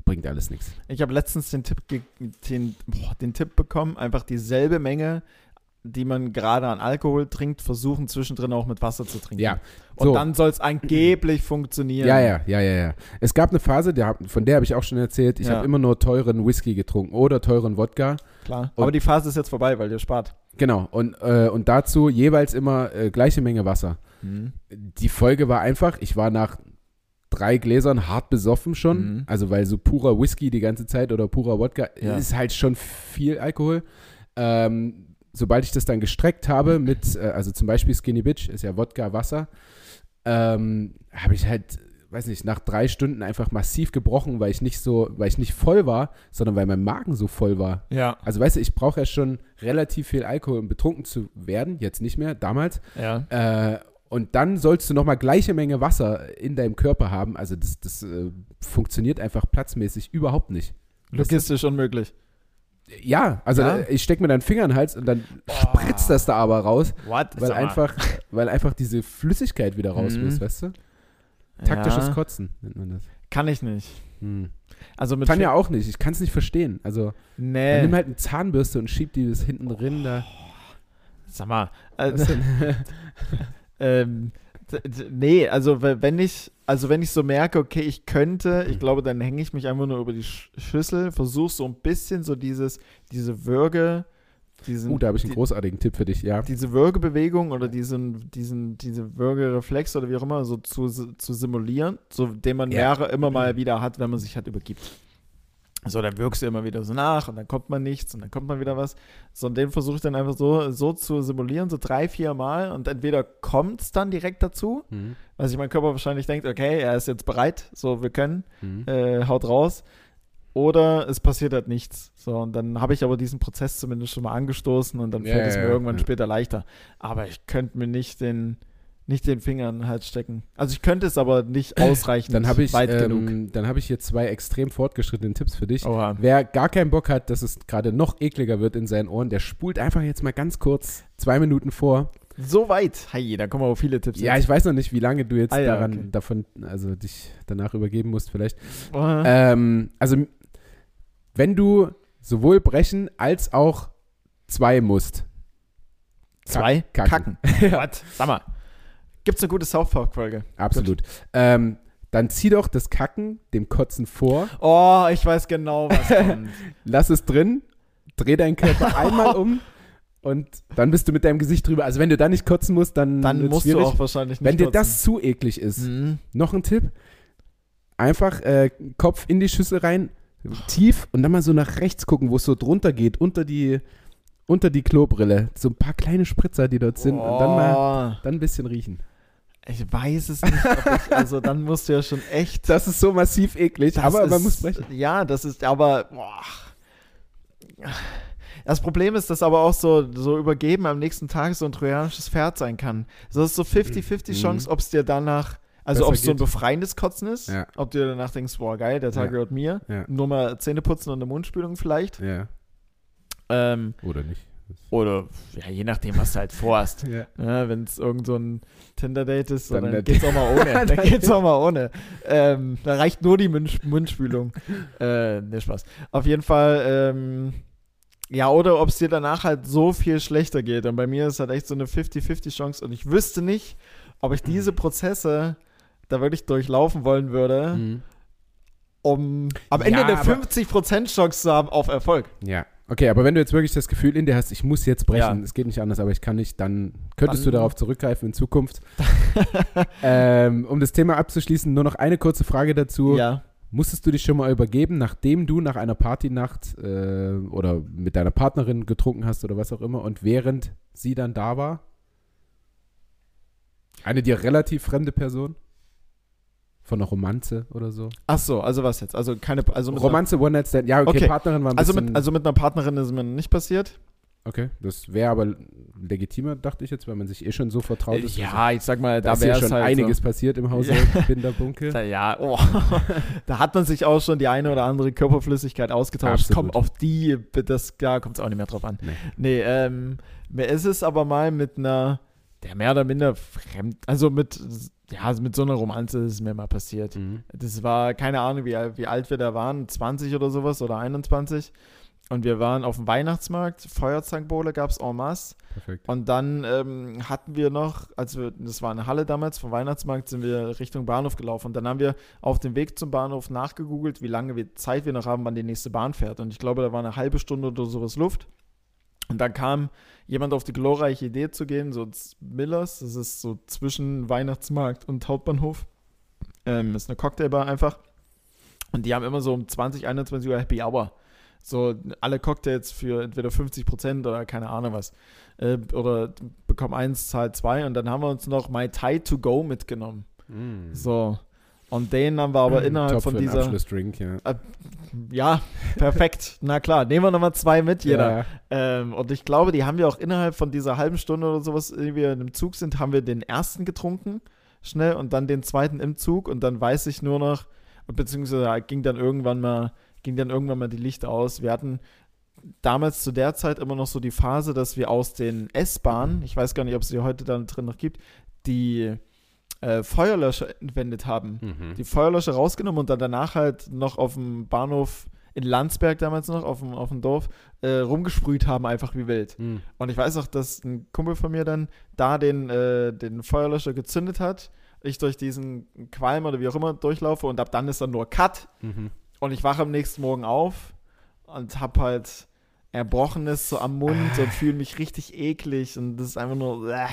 Bringt alles nichts.
Ich habe letztens den Tipp, ge- den, boah, den Tipp bekommen, einfach dieselbe Menge, die man gerade an Alkohol trinkt, versuchen zwischendrin auch mit Wasser zu trinken.
Ja,
Und
so.
dann soll es angeblich funktionieren.
Ja, ja, ja, ja, ja. Es gab eine Phase, der, hab- von der habe ich auch schon erzählt, ich
Ja.
habe immer nur teuren Whisky getrunken oder teuren Wodka.
Klar.
Und-
Aber die Phase ist jetzt vorbei, weil ihr spart.
Genau, und, äh, und dazu jeweils immer äh, gleiche Menge Wasser.
Mhm.
Die Folge war einfach, ich war nach drei Gläsern hart besoffen schon,
Mhm.
also weil so purer Whisky die ganze Zeit oder purer Wodka
Ja.
ist halt schon viel Alkohol. Ähm, sobald ich das dann gestreckt habe mit, äh, also zum Beispiel Skinny Bitch, ist ja Wodka, Wasser, ähm, habe ich halt, weiß nicht, nach drei Stunden einfach massiv gebrochen, weil ich nicht so, weil ich nicht voll war, sondern weil mein Magen so voll war.
Ja,
Also weißt du, ich brauche ja schon relativ viel Alkohol, um betrunken zu werden, jetzt nicht mehr, damals.
ja.
Äh, und dann sollst du nochmal gleiche Menge Wasser in deinem Körper haben. Also das, das äh, funktioniert einfach platzmäßig überhaupt nicht.
Logistisch unmöglich.
Ja, also
Ja?
da- ich stecke mir dann den Finger in den Hals und dann spritzt das da aber raus,
What?
weil einfach, weil einfach diese Flüssigkeit wieder raus
Mhm.
muss, weißt du? Taktisches
ja,
Kotzen nennt man das.
Kann ich nicht.
Hm.
Also mit.
Tanja auch nicht, ich kann es nicht verstehen. Also dann
Nee.
nimm halt eine Zahnbürste und schieb die bis hinten drin da.
Sag mal.
Was
Äh,
denn?
ähm, d- d- nee, also we- wenn ich, also wenn ich so merke, okay, ich könnte, ich glaube, dann hänge ich mich einfach nur über die Sch Schüssel, versuche so ein bisschen so dieses, diese Würge, diesen,
Uh, da habe ich einen
die-
großartigen Tipp für dich, ja.
diese Würgebewegung oder diesen, diesen, diese Würgereflex oder wie auch immer so zu, zu simulieren, so den man
Ja.
mehrere immer mal wieder hat, wenn man sich halt übergibt. So, dann wirkst du immer wieder so nach und dann kommt man nichts und dann kommt man wieder was. So, und den versuche ich dann einfach so, so zu simulieren, so drei, vier Mal und entweder kommt es dann direkt dazu,
Mhm.
weil sich mein Körper wahrscheinlich denkt, okay, er ist jetzt bereit, so, wir können,
Mhm.
äh, haut raus. Oder es passiert halt nichts. So, und dann habe ich aber diesen Prozess zumindest schon mal angestoßen und dann
Ja,
fällt es
ja,
mir
ja,
irgendwann
ja.
später leichter. Aber ich könnte mir nicht den, nicht den Finger in den Hals stecken. Also ich könnte es aber nicht ausreichend
Dann habe ich,
weit genug.
ähm, dann hab ich hier zwei extrem fortgeschrittene Tipps für dich.
Oha.
Wer gar keinen Bock hat, dass es gerade noch ekliger wird in seinen Ohren, der spult einfach jetzt mal ganz kurz zwei Minuten vor.
So weit. Hey, da kommen aber viele Tipps.
Ja, ich weiß noch nicht, wie lange du jetzt
Ah ja,
daran
okay.
davon, also dich danach übergeben musst, vielleicht.
jetzt. Oh, Oha.
Ähm, also, wenn du sowohl brechen als auch zwei musst.
Zwei.
kacken.
What? Sag mal. Gibt's eine gute South Park-Folge?
Absolut. Ähm, dann zieh doch das Kacken dem Kotzen vor.
Oh, ich weiß genau, was kommt.
lass es drin, dreh deinen Körper einmal um und dann bist du mit deinem Gesicht drüber. Also wenn du da nicht kotzen musst, dann,
Dann
wird's
musst du
schwierig.
auch wahrscheinlich nicht
Wenn dir
nutzen.
das zu eklig ist,
Mhm.
noch ein Tipp, einfach äh, Kopf in die Schüssel rein, tief und dann mal so nach rechts gucken, wo es so drunter geht, unter die, unter die Klobrille. So ein paar kleine Spritzer, die dort sind und dann mal
Oh.
dann ein bisschen riechen.
Ich weiß es nicht, ob ich, also dann musst du ja schon echt.
Das ist so massiv eklig,
das
aber
ist,
man muss brechen.
Ja, das ist, aber. Boah. Das Problem ist, dass aber auch so, so übergeben am nächsten Tag so ein trojanisches Pferd sein kann. So ist so 50-50
Mhm.
Chance, ob es dir danach, also
Besser
ob es so ein
geht.
befreiendes Kotzen ist,
Ja.
ob du dir danach denkst, boah, geil, der Tag
Ja.
gehört mir.
Ja.
Nur mal Zähne putzen und eine Mundspülung vielleicht.
Ja,
Ähm,
oder nicht.
oder ja, je nachdem, was du halt vorhast.
Ja.
Ja, wenn es irgend so ein Tinder-Date ist, so,
Dann
dann,
nicht.
geht's auch mal ohne. dann
Dann
geht's auch mal ohne. Ähm, da reicht nur die Mund Mundspülung. äh, ne, Spaß. Auf jeden Fall, ähm, ja, oder ob es dir danach halt so viel schlechter geht. Und bei mir ist halt echt so eine 50-50-Chance. Und ich wüsste nicht, ob ich diese
Mhm.
Prozesse da wirklich durchlaufen wollen würde,
Mhm.
um am
Ja,
Ende eine
aber-
50%-Chance zu haben auf Erfolg.
Ja. Okay, aber wenn du jetzt wirklich das Gefühl in dir hast, ich muss jetzt brechen,
Ja.
es geht nicht anders, aber ich kann nicht, dann könntest
Dann-
du darauf zurückgreifen in Zukunft. ähm, um das Thema abzuschließen, nur noch eine kurze Frage dazu.
Ja.
Musstest du dich schon mal übergeben, nachdem du nach einer Partynacht äh, oder mit deiner Partnerin getrunken hast oder was auch immer und während sie dann da war? Eine dir relativ fremde Person? Von einer Romanze oder so?
Ach so, also was jetzt? Also keine, also mit einer-
Romanze, One-Night-Stand, ja, okay,
Okay.
Partnerin war ein
Also
bisschen...
mit, also mit einer Partnerin ist es mir nicht passiert.
Okay, das wäre aber legitimer, dachte ich jetzt, weil man sich eh schon so vertraut ist.
ja, ich sag mal,
da,
da
ist ja
wäre
schon
halt
einiges
So,
passiert im Hause Binderbunke.
da, ja, oh, da hat man sich auch schon die eine oder andere Körperflüssigkeit ausgetauscht.
Absolut.
Komm, auf die, das, da kommt es auch nicht mehr drauf an.
Nee.
Nee, ähm, mir ist es aber mal mit einer, der mehr oder minder fremd, also mit, ja, also mit so einer Romanze ist es mir mal passiert.
Mhm.
Das war, keine Ahnung, wie, al- wie alt wir da waren, 20 oder sowas oder 21. Und wir waren auf dem Weihnachtsmarkt, Feuerzankbowle gab es en masse.
Perfekt.
Und dann ähm, hatten wir noch, als wir, das war eine Halle damals, vom Weihnachtsmarkt sind wir Richtung Bahnhof gelaufen. Und dann haben wir auf dem Weg zum Bahnhof nachgegoogelt, wie lange wir Zeit wir noch haben, wann die nächste Bahn fährt. Und ich glaube, da war eine halbe Stunde oder sowas Luft. Und dann kam jemand auf die glorreiche Idee zu gehen, so ins Millers, das ist so zwischen Weihnachtsmarkt und Hauptbahnhof. Ähm, ist eine Cocktailbar einfach. Und die haben immer so um 20, 21 Uhr Happy Hour. So alle Cocktails für entweder 50 Prozent oder keine Ahnung was. Äh, oder bekomm eins, zahl zwei. Und dann haben wir uns noch My Thai to go mitgenommen.
Mhm.
So. Und den haben wir Mm. aber innerhalb
Top
von
für einen
dieser.
Abschlussdrink, ja.
Ja, perfekt. Na klar, nehmen wir nochmal zwei mit, jeder.
Ja,
Ähm, und ich glaube, die haben wir auch innerhalb von dieser halben Stunde oder sowas, die wir in dem Zug sind, haben wir den ersten getrunken, schnell, und dann den zweiten im Zug. Und dann weiß ich nur noch, beziehungsweise ging dann irgendwann mal, ging dann irgendwann mal die Lichter aus. Wir hatten damals zu der Zeit immer noch so die Phase, dass wir aus den S-Bahnen, ich weiß gar nicht, ob es die heute da drin noch gibt, die äh, Feuerlöscher entwendet haben
Mhm.
die Feuerlöscher rausgenommen und dann danach halt noch auf dem Bahnhof in Landsberg damals noch, auf dem, auf dem Dorf, äh, rumgesprüht haben, einfach wie wild.
Mhm.
Und ich weiß auch, dass ein Kumpel von mir dann da den, äh, den Feuerlöscher gezündet hat, ich durch diesen Qualm oder wie auch immer durchlaufe und ab dann ist dann nur Cut
Mhm.
und ich wache am nächsten Morgen auf und hab halt Erbrochenes so am Mund und fühle mich richtig eklig und das ist einfach nur äh.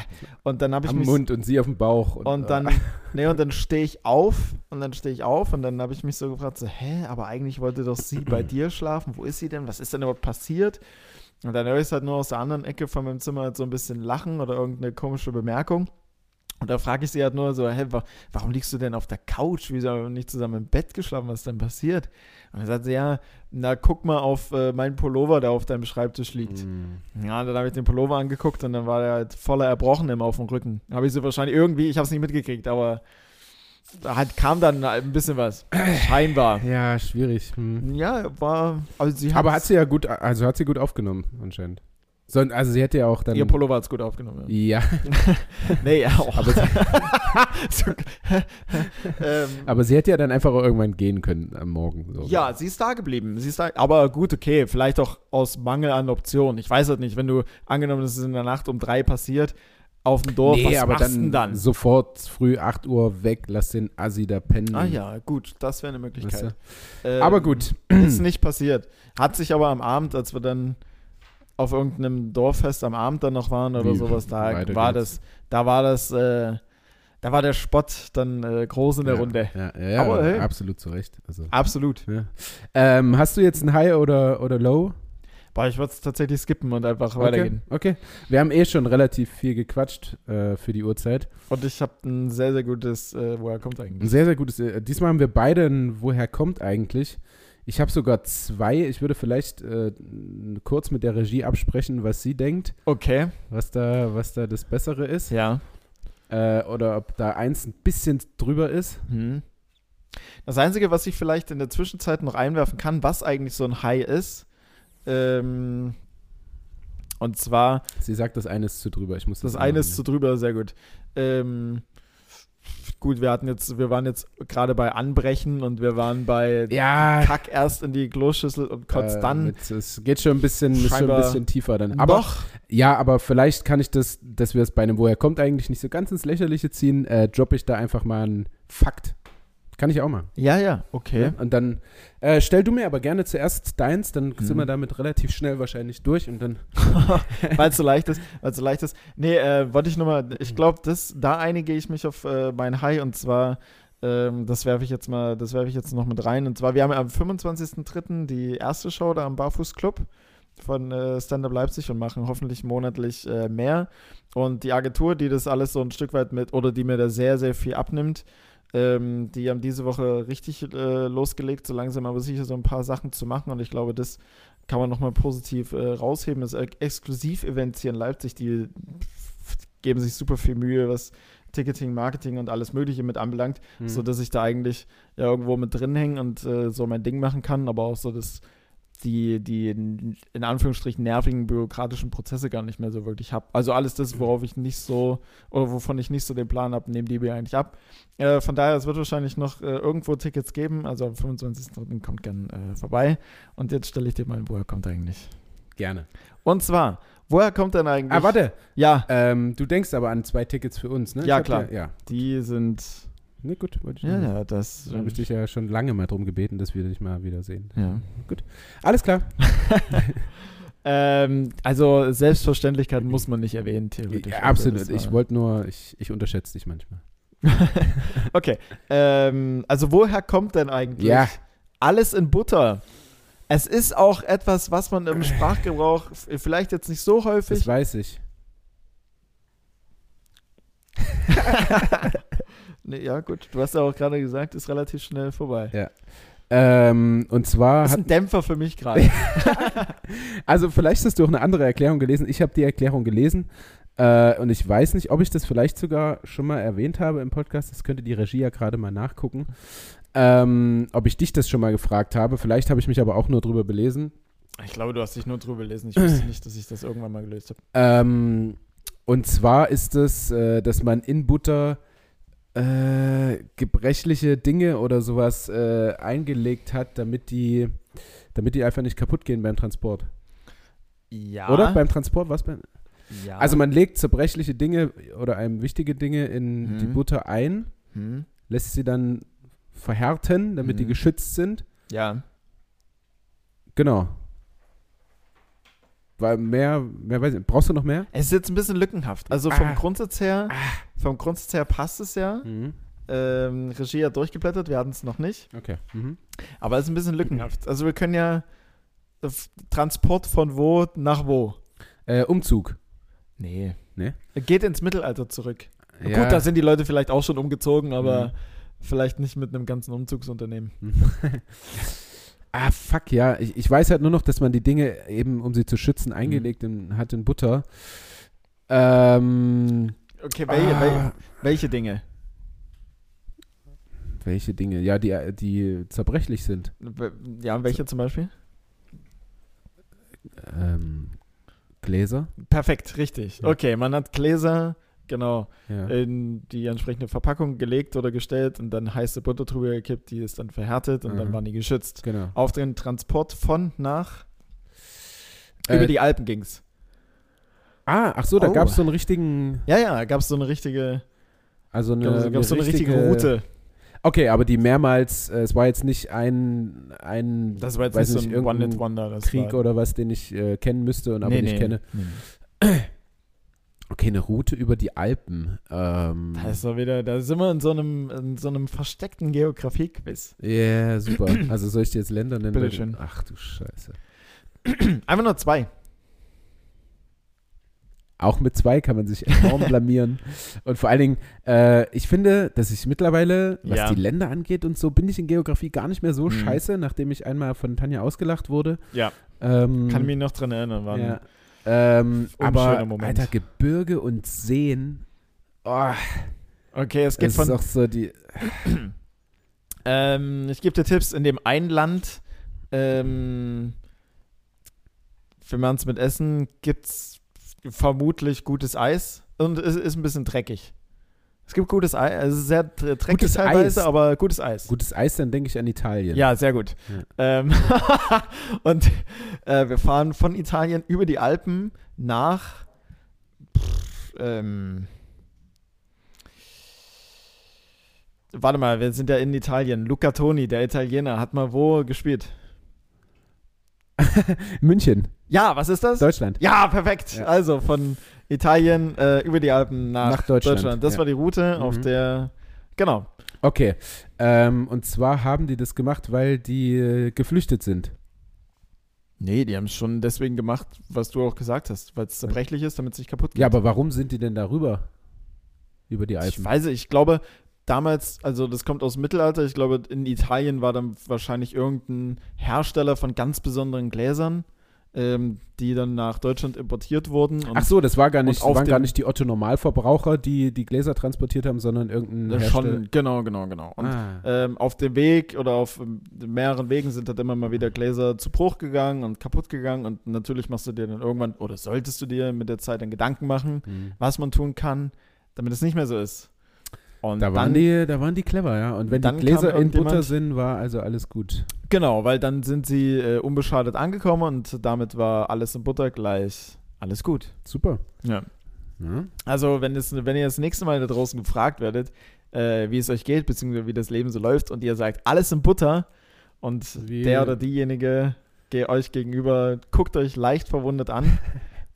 und dann habe ich
Am
mich
Mund und äh, sie auf dem Bauch.
und dann, nee, und dann stehe ich auf und dann stehe ich auf und dann habe ich mich so gefragt, so, hä, aber eigentlich wollte doch sie bei dir schlafen. Wo ist sie denn? Was ist denn überhaupt passiert? Und dann höre ich halt nur aus der anderen Ecke von meinem Zimmer halt so ein bisschen Lachen oder irgendeine komische Bemerkung. Und da frage ich sie halt nur so, hä, wa warum liegst du denn auf der Couch? Wieso haben wir nicht zusammen im Bett geschlafen? Was ist denn passiert? Und dann sagt sie, ja, na, guck mal auf äh, meinen Pullover, der auf deinem Schreibtisch liegt.
Mhm.
Ja, dann habe ich den Pullover angeguckt und dann war der halt voller Erbrochen immer auf dem Rücken. Habe ich so wahrscheinlich irgendwie, ich habe es nicht mitgekriegt, aber da halt kam dann ein bisschen was. Scheinbar.
Ja, schwierig. Hm.
Ja, war. Also sie
Aber hat
hat's-
sie ja gut, also hat sie gut aufgenommen, anscheinend. So, also sie hätte ja auch dann.
ihr Pullover hat es gut aufgenommen. Ja.
ja,
Nee, ja, auch.
aber sie,
so, ähm,
aber sie hätte ja dann einfach auch irgendwann gehen können am Morgen. So.
ja, also sie ist da geblieben. Sie ist da, aber gut, okay, vielleicht auch aus Mangel an Optionen. Ich weiß halt nicht, wenn du angenommen, es ist in der Nacht um drei passiert, auf dem Dorf,
nee,
was
aber
machst
dann,
denn dann?
sofort früh 8 Uhr weg, lass den Assi da pennen.
Ah ja, gut, das wäre eine Möglichkeit.
Weißt
Ähm,
Aber gut.
Ist nicht passiert. Hat sich aber am Abend, als wir dann auf irgendeinem Dorffest am Abend dann noch waren oder
Wie,
sowas, da
weiter
war
geht's.
das, da war das, äh, da war der Spott dann äh, groß in der
ja,
Runde.
Ja, ja, ja
Aber, hey.
absolut zu Recht. Also,
Absolut.
ja. ähm, hast du jetzt ein High oder, oder Low?
Boah, ich würde es tatsächlich skippen und einfach
Okay,
weitergehen.
okay. Wir haben eh schon relativ viel gequatscht äh, für die Uhrzeit.
Und ich habe ein sehr, sehr gutes, äh, woher kommt
Ein
eigentlich?
sehr, sehr gutes. äh, Diesmal haben wir beide ein Woher kommt eigentlich? Ich habe sogar zwei. Ich würde vielleicht äh, n- kurz mit der Regie absprechen, was sie denkt,
Okay,
was da, was da das Bessere ist.
ja.
Äh, oder ob da eins ein bisschen drüber ist.
Hm. Das Einzige, was ich vielleicht in der Zwischenzeit noch einwerfen kann, was eigentlich so ein High ist, ähm, und zwar
Sie sagt, das eine ist zu drüber. Ich muss das,
Das eine ist
ändern.
zu drüber, sehr gut. Ähm, gut, wir hatten jetzt, wir waren jetzt gerade bei Anbrechen und wir waren bei
Ja.
Kack erst in die Kloschüssel und kotzt
äh,
dann.
mit- Es geht schon ein bisschen, ist schon ein
Scheinbar
bisschen tiefer dann. Aber
Noch?
Ja, aber vielleicht kann ich das, dass wir es bei einem Woher kommt eigentlich nicht so ganz ins Lächerliche ziehen, äh, droppe ich da einfach mal einen Fakt. Kann ich auch mal.
Ja, ja, okay.
Ja? Ne? Und dann äh, stell du mir aber gerne zuerst deins, dann
Mhm.
sind wir damit relativ schnell wahrscheinlich durch und dann.
weil es so leicht ist, weil es so leicht ist. Nee, äh, wollte ich nochmal, ich glaube, das, da einige ich mich auf äh, mein High und zwar, ähm, das werfe ich jetzt mal, das werfe ich jetzt noch mit rein. Und zwar, wir haben am 25.03. die erste Show da am Barfußclub von äh, Stand Up Leipzig und machen hoffentlich monatlich äh, mehr. Und die Agentur, die das alles so ein Stück weit mit, oder die mir da sehr, sehr viel abnimmt, ähm, die haben diese Woche richtig äh, losgelegt, so langsam aber sicher so ein paar Sachen zu machen. Und ich glaube, das kann man nochmal positiv äh, rausheben. Das Ex- Exklusiv-Events hier in Leipzig, die f- geben sich super viel Mühe, was Ticketing, Marketing und alles Mögliche mit anbelangt,
Hm.
so dass ich da eigentlich ja, irgendwo mit drin hänge und äh, so mein Ding machen kann, aber auch so, dass die, die in, in Anführungsstrichen nervigen bürokratischen Prozesse gar nicht mehr so wirklich habe. Also alles
Mhm.
das, worauf ich nicht so oder wovon ich nicht so den Plan habe, nehmen die mir eigentlich ab. Äh, von daher, es wird wahrscheinlich noch äh, irgendwo Tickets geben. Also am 25.03. kommt gern äh, vorbei. Und jetzt stelle ich dir mal, woher kommt eigentlich?
Gerne.
Und zwar, woher kommt denn eigentlich?
Ah, warte.
Ja,
Ähm, du denkst aber an zwei Tickets für uns, ne?
Ja,
Ich hab
klar.
Ja, ja.
die sind.
Nee, gut. Wollte ich
Ja,
nur-
ja, das.
Da habe ich dich ja schon lange mal drum gebeten, dass wir dich mal wiedersehen.
Ja.
Alles klar.
Ähm, also Selbstverständlichkeit muss man nicht erwähnen, theoretisch.
Ja,
Also, das
absolut. Ich
war-
wollte nur, ich, ich unterschätze dich manchmal.
okay. Ähm, also woher kommt denn eigentlich
Ja.
alles in Butter? Es ist auch etwas, was man im Sprachgebrauch f- vielleicht jetzt nicht so
Das
häufig.
weiß ich.
Nee, ja, gut. Du hast ja auch gerade gesagt, ist relativ schnell vorbei.
Ähm, und zwar
Das ist
hat,
ein Dämpfer für mich gerade.
also vielleicht hast du auch eine andere Erklärung gelesen. Ich habe die Erklärung gelesen äh, und ich weiß nicht, ob ich das vielleicht sogar schon mal erwähnt habe im Podcast. Das könnte die Regie ja gerade mal nachgucken, ähm, ob ich dich das schon mal gefragt habe. Vielleicht habe ich mich aber auch nur drüber belesen.
Ich glaube, du hast dich nur drüber gelesen. Ich wusste nicht, dass ich das irgendwann mal gelöst habe.
Ähm, und zwar ist es, äh, dass man in Butter äh, gebrechliche Dinge oder sowas äh, eingelegt hat, damit die, damit die einfach nicht kaputt gehen beim Transport.
Ja.
Oder? Beim Transport, was beim.
ja.
Also man legt zerbrechliche Dinge oder einem wichtige Dinge in
Mhm.
die Butter ein,
Hm?
lässt sie dann verhärten, damit die
Mhm.
geschützt sind.
Ja.
Genau. Weil mehr, mehr weiß ich nicht. Brauchst du noch mehr?
Es ist jetzt ein bisschen lückenhaft. Also vom
Ah.
Grundsatz her, vom Grundsatz her passt es ja.
Mhm.
Ähm, Regie hat durchgeblättert, wir hatten es noch nicht.
Okay. Mhm.
Aber es ist ein bisschen lückenhaft. Also wir können ja äh, F- Transport von wo nach wo.
Äh, Umzug.
Nee.
Nee?
Geht ins Mittelalter zurück.
Ja. Mhm.
Gut, da sind die Leute vielleicht auch schon umgezogen, aber vielleicht nicht mit einem ganzen Umzugsunternehmen.
Ah, fuck, ja. Ich, ich weiß halt nur noch, dass man die Dinge eben, um sie zu schützen, eingelegt
Mhm.
in, hat in Butter. Ähm,
Okay, welche,
ah,
wel- welche Dinge?
welche Dinge? Ja, die, die zerbrechlich sind.
Be- Ja, welche zum Beispiel?
Ähm, Gläser.
Perfekt, richtig.
Ja.
Okay, man hat Gläser, genau,
Ja.
in die entsprechende Verpackung gelegt oder gestellt und dann heiße Butter drüber gekippt, die ist dann verhärtet und dann
Mhm.
waren die geschützt.
genau.
Auf den Transport von nach
Äh,
über die Alpen ging's.
Ah, ach so, da
Oh.
gab es so einen richtigen,
Ja, ja, gab es so eine richtige,
also eine,
gab's, gab's so eine richtige, Route.
Okay, aber die mehrmals, äh, es war jetzt nicht ein, ein
Das war jetzt
weiß
nicht so
nicht,
ein
irgendein
One-Hit-Wonder. das
Krieg
war,
oder was, den ich äh, kennen müsste und aber nicht kenne.
Nee. Mhm.
Okay, eine Route über die Alpen. Ähm,
Da, ist doch Also wieder, da sind wir in so einem, in so einem versteckten Geografie-Quiz.
Ja, super. Also soll ich dir jetzt Länder nennen?
Bitte
Weil-
schön.
Ach du Scheiße.
Einfach nur zwei.
Auch mit zwei kann man sich enorm blamieren. Und vor allen Dingen, äh, ich finde, dass ich mittlerweile, was
Ja.
die Länder angeht und so, bin ich in Geografie gar nicht mehr so
Mhm.
scheiße, nachdem ich einmal von Tanja ausgelacht wurde.
Ja.
Ähm,
Kann mich noch dran erinnern. Waren,
ja. ähm,
unschöner
Aber,
Moment.
Alter, Gebirge und Seen. Oh,
Okay, es geht
das ist
von.
auch so die.
Ähm, ich gebe dir Tipps. In dem einen Land, ähm, wenn man es mit Essen, gibt es vermutlich gutes Eis. Und es ist ein bisschen dreckig. Es gibt gutes Eis. Es ist sehr dr- dreckig
Gutes
teilweise,
Eis.
aber gutes Eis.
Gutes Eis, dann denke ich an Italien.
Ja, sehr gut.
Ja.
Ähm, und äh, wir fahren von Italien über die Alpen nach. Pff, ähm, warte mal, wir sind ja in Italien. Luca Toni, der Italiener, hat mal wo gespielt?
München,
Ja, was ist das?
Deutschland.
Ja, perfekt.
Ja.
Also von Italien äh, über die Alpen nach,
Nach Deutschland,
Das
ja.
war die Route, auf
Mhm.
der. Genau.
Okay. Ähm, und zwar haben die das gemacht, weil die äh, geflüchtet sind.
Nee, die haben es schon deswegen gemacht, was du auch gesagt hast, weil es zerbrechlich ist, damit es nicht kaputt geht.
Ja, aber warum sind die denn darüber? Über die
Ich
Alpen.
weiß, nicht, ich glaube, damals, also das kommt aus dem Mittelalter, ich glaube, in Italien war dann wahrscheinlich irgendein Hersteller von ganz besonderen Gläsern ähm, die dann nach Deutschland importiert wurden.
Ach so, das war gar nicht,
und auf
waren gar
dem-
nicht die Otto-Normalverbraucher, die die Gläser transportiert haben, sondern irgendein
äh,
Hersteller.
schon, genau, genau, genau. Und
ah.
ähm, auf dem Weg oder auf ähm, mehreren Wegen sind halt immer mal wieder Gläser zu Bruch gegangen und kaputt gegangen. Und natürlich machst du dir dann irgendwann oder solltest du dir mit der Zeit dann Gedanken machen,
Hm.
was man tun kann, damit es nicht mehr so ist. Und
Da waren,
dann,
die, da waren die clever, ja. Und wenn die
dann kam
Gläser in
irgendjemand-
Butter sind, war also alles gut.
genau, weil dann sind sie äh, unbeschadet angekommen und damit war alles in Butter gleich alles gut.
Super.
Ja.
Ja.
Also, wenn, es, wenn ihr das nächste Mal da draußen gefragt werdet, äh, wie es euch geht, beziehungsweise wie das Leben so läuft, und ihr sagt, alles in Butter, und
Wie-
der oder diejenige ge euch gegenüber guckt euch leicht verwundet an,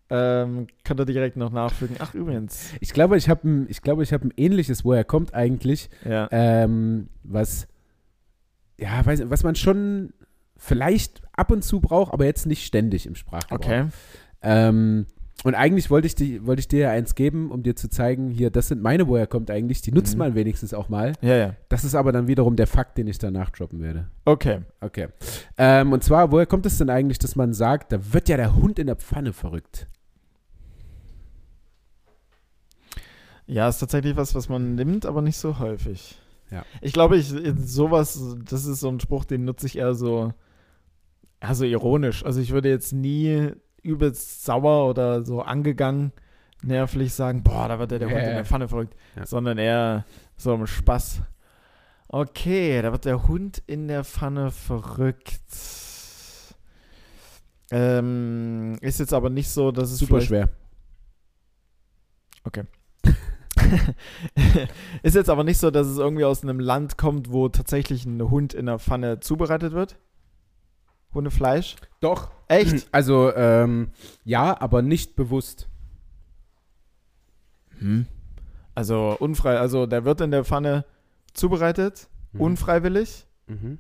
ähm, könnt ihr direkt noch nachfügen. Ach, übrigens.
Ich glaube, ich habe ein, ich glaube, ich habe ein ähnliches, woher kommt eigentlich,
Ja.
ähm, was, ja, weiß, nicht, was man schon vielleicht ab und zu braucht, aber jetzt nicht ständig im Sprachgebrauch.
Okay.
Ähm, und eigentlich wollte ich, die, wollte ich dir ja eins geben, um dir zu zeigen, hier, das sind meine, woher kommt eigentlich, die nutzt
Mhm.
man wenigstens auch mal.
Ja, ja.
Das ist aber dann wiederum der Fakt, den ich danach droppen werde.
Okay.
Okay. Ähm, und zwar, woher kommt es denn eigentlich, dass man sagt, da wird ja der Hund in der Pfanne verrückt?
Ja, ist tatsächlich was, was man nimmt, aber nicht so häufig.
Ja.
Ich glaube, ich sowas, das ist so ein Spruch, den nutze ich eher so, eher so ironisch. Also ich würde jetzt nie übelst sauer oder so angegangen nervlich sagen, boah, da wird ja der Hund
Ja,
in
ja.
der Pfanne verrückt,
Ja.
sondern eher so im Spaß. Okay, da wird der Hund in der Pfanne verrückt. Ähm, ist jetzt aber nicht so, dass es
Super
vielleicht-
schwer.
ist jetzt aber nicht so, dass es irgendwie aus einem Land kommt, wo tatsächlich ein Hund in der Pfanne zubereitet wird. Hundefleisch.
Doch.
Echt?
Also, ähm, ja, aber nicht bewusst. Hm.
Also unfrei, also der wird in der Pfanne zubereitet,
Hm.
unfreiwillig,
Mhm.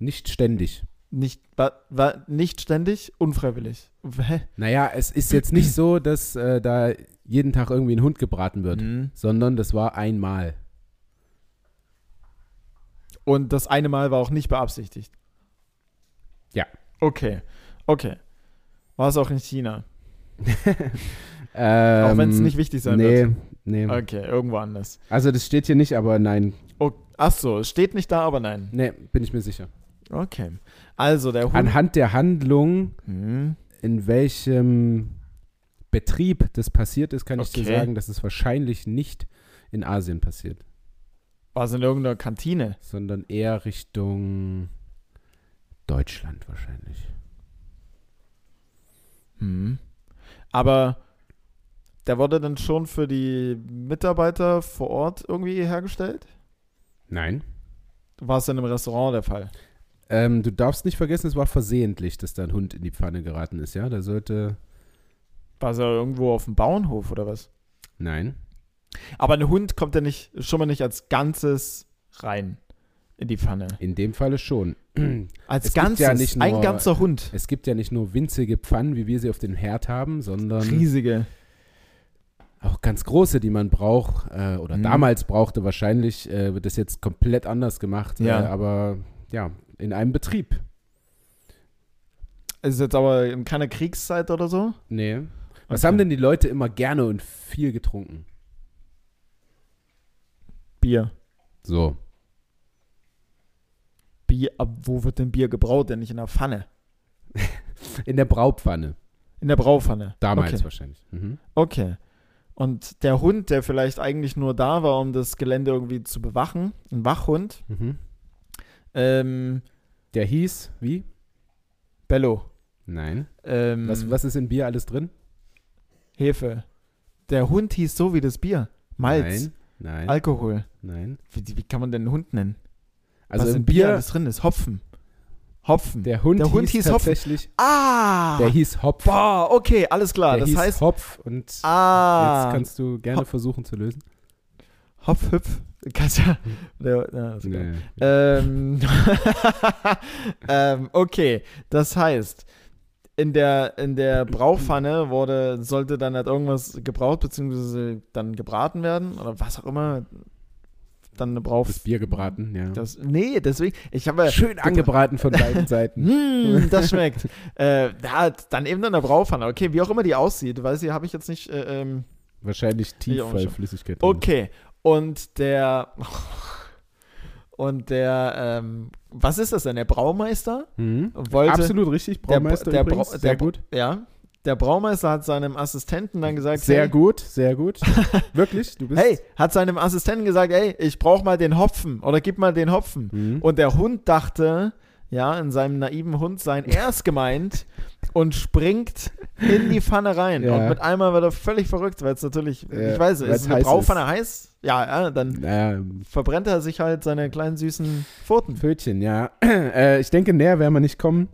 Nicht ständig.
nicht, wa, wa, nicht ständig, unfreiwillig. Hä?
Naja, es ist jetzt nicht so, dass äh, da jeden Tag irgendwie ein Hund gebraten wird, sondern das war einmal.
Und das eine Mal war auch nicht beabsichtigt.
Ja.
Okay, okay. War es auch in China,
Ähm,
auch wenn es nicht wichtig sein
nee,
wird.
Nee,
Okay, irgendwo anders.
Also das steht hier nicht, aber nein.
Oh, ach so, es steht nicht da, aber nein.
Nee, bin ich mir sicher.
Okay. Also der Hund.
Anhand der Handlung,
Hm.
in welchem Betrieb das passiert ist, kann ich dir
Okay.
sagen, dass es wahrscheinlich nicht in Asien passiert,
War es in irgendeiner Kantine?
sondern eher Richtung Deutschland wahrscheinlich. Hm.
Aber der wurde dann schon für die Mitarbeiter vor Ort irgendwie hergestellt?
Nein.
War es dann im Restaurant der Fall?
Ähm, du darfst nicht vergessen, es war versehentlich, dass dein Hund in die Pfanne geraten ist, ja? Da sollte.
War es ja irgendwo auf dem Bauernhof oder was?
Nein.
Aber ein Hund kommt ja nicht, schon mal nicht als Ganzes rein in die Pfanne.
In dem Falle schon.
Als
Es gibt
Ganzes,
ja nicht nur-
ein ganzer Hund.
Es gibt ja nicht nur winzige Pfannen, wie wir sie auf dem Herd haben, sondern.
Riesige.
auch ganz große, die man braucht äh, oder
Mhm.
damals brauchte. Wahrscheinlich äh, wird das jetzt komplett anders gemacht,
Ja.
äh, aber ja, in einem Betrieb.
Ist jetzt aber in keiner Kriegszeit oder so?
Nee. Was
Okay.
haben denn die Leute immer gerne und viel getrunken?
Bier.
So.
Bier, aber wo wird denn Bier gebraut? Denn nicht in der Pfanne.
In der Braupfanne.
In der Braupfanne.
Damals
Okay.
wahrscheinlich. Mhm.
Okay. Und der Hund, der vielleicht eigentlich nur da war, um das Gelände irgendwie zu bewachen, ein Wachhund,
Mhm.
ähm,
Der hieß, wie?
Bello.
Nein.
Ähm,
Was, was ist in Bier alles drin?
Hefe. Der Hund hieß so wie das Bier. Malz.
Nein. Nein.
Alkohol.
Nein.
Wie, wie kann man denn einen Hund nennen?
Also
Was
im Bier,
alles drin ist. Hopfen. Hopfen.
der Hund,
Der Hund hieß Hopfen.
tatsächlich,
ah!
der hieß Hopf.
boah, okay, alles klar.
der
das
hieß
heißt.
Hopf und
ah!
jetzt kannst du gerne versuchen zu lösen.
Hopf, hüpf. Kannst ja. Ja, ja, ist egal.
Nee.
Ähm, ähm, okay, das heißt, in der, in der Brauchpfanne wurde, sollte dann halt irgendwas gebraut, beziehungsweise dann gebraten werden oder was auch immer. dann drauf.
Das Bier ne? gebraten, ja.
Das, nee, deswegen, ich habe
Schön angebraten von beiden Seiten.
Mm, das schmeckt. äh, ja, dann eben dann da drauf haben. Okay, wie auch immer die aussieht, weiß ich, habe ich jetzt nicht. Äh, ähm,
Wahrscheinlich
Ich auch schon.
Tieffallflüssigkeit. drin.
okay, und der. Und der. Ähm, was ist das denn? Der Braumeister
Mhm.
wollte.
Absolut richtig,
der,
Braumeister
der,
übrigens.
Brau-
sehr
der,
gut.
Ja. Der Braumeister hat seinem Assistenten dann gesagt:
Sehr
hey,
gut, sehr gut. Wirklich, du bist...
Hey, hat seinem Assistenten gesagt: Ey, ich brauche mal den Hopfen oder gib mal den Hopfen.
Mhm.
Und der Hund dachte, ja, in seinem naiven Hund sein erst gemeint und springt in die Pfanne rein.
Ja.
Und mit einmal wird er völlig verrückt, weil es natürlich,
Ja,
ich weiß,
weil's
ist eine
heiß
Braupfanne heiß? Ja, ja, dann
Naja,
verbrennt er sich halt seine kleinen süßen Pfoten.
Pfötchen, ja. Äh, ich denke, näher werden wir nicht kommen.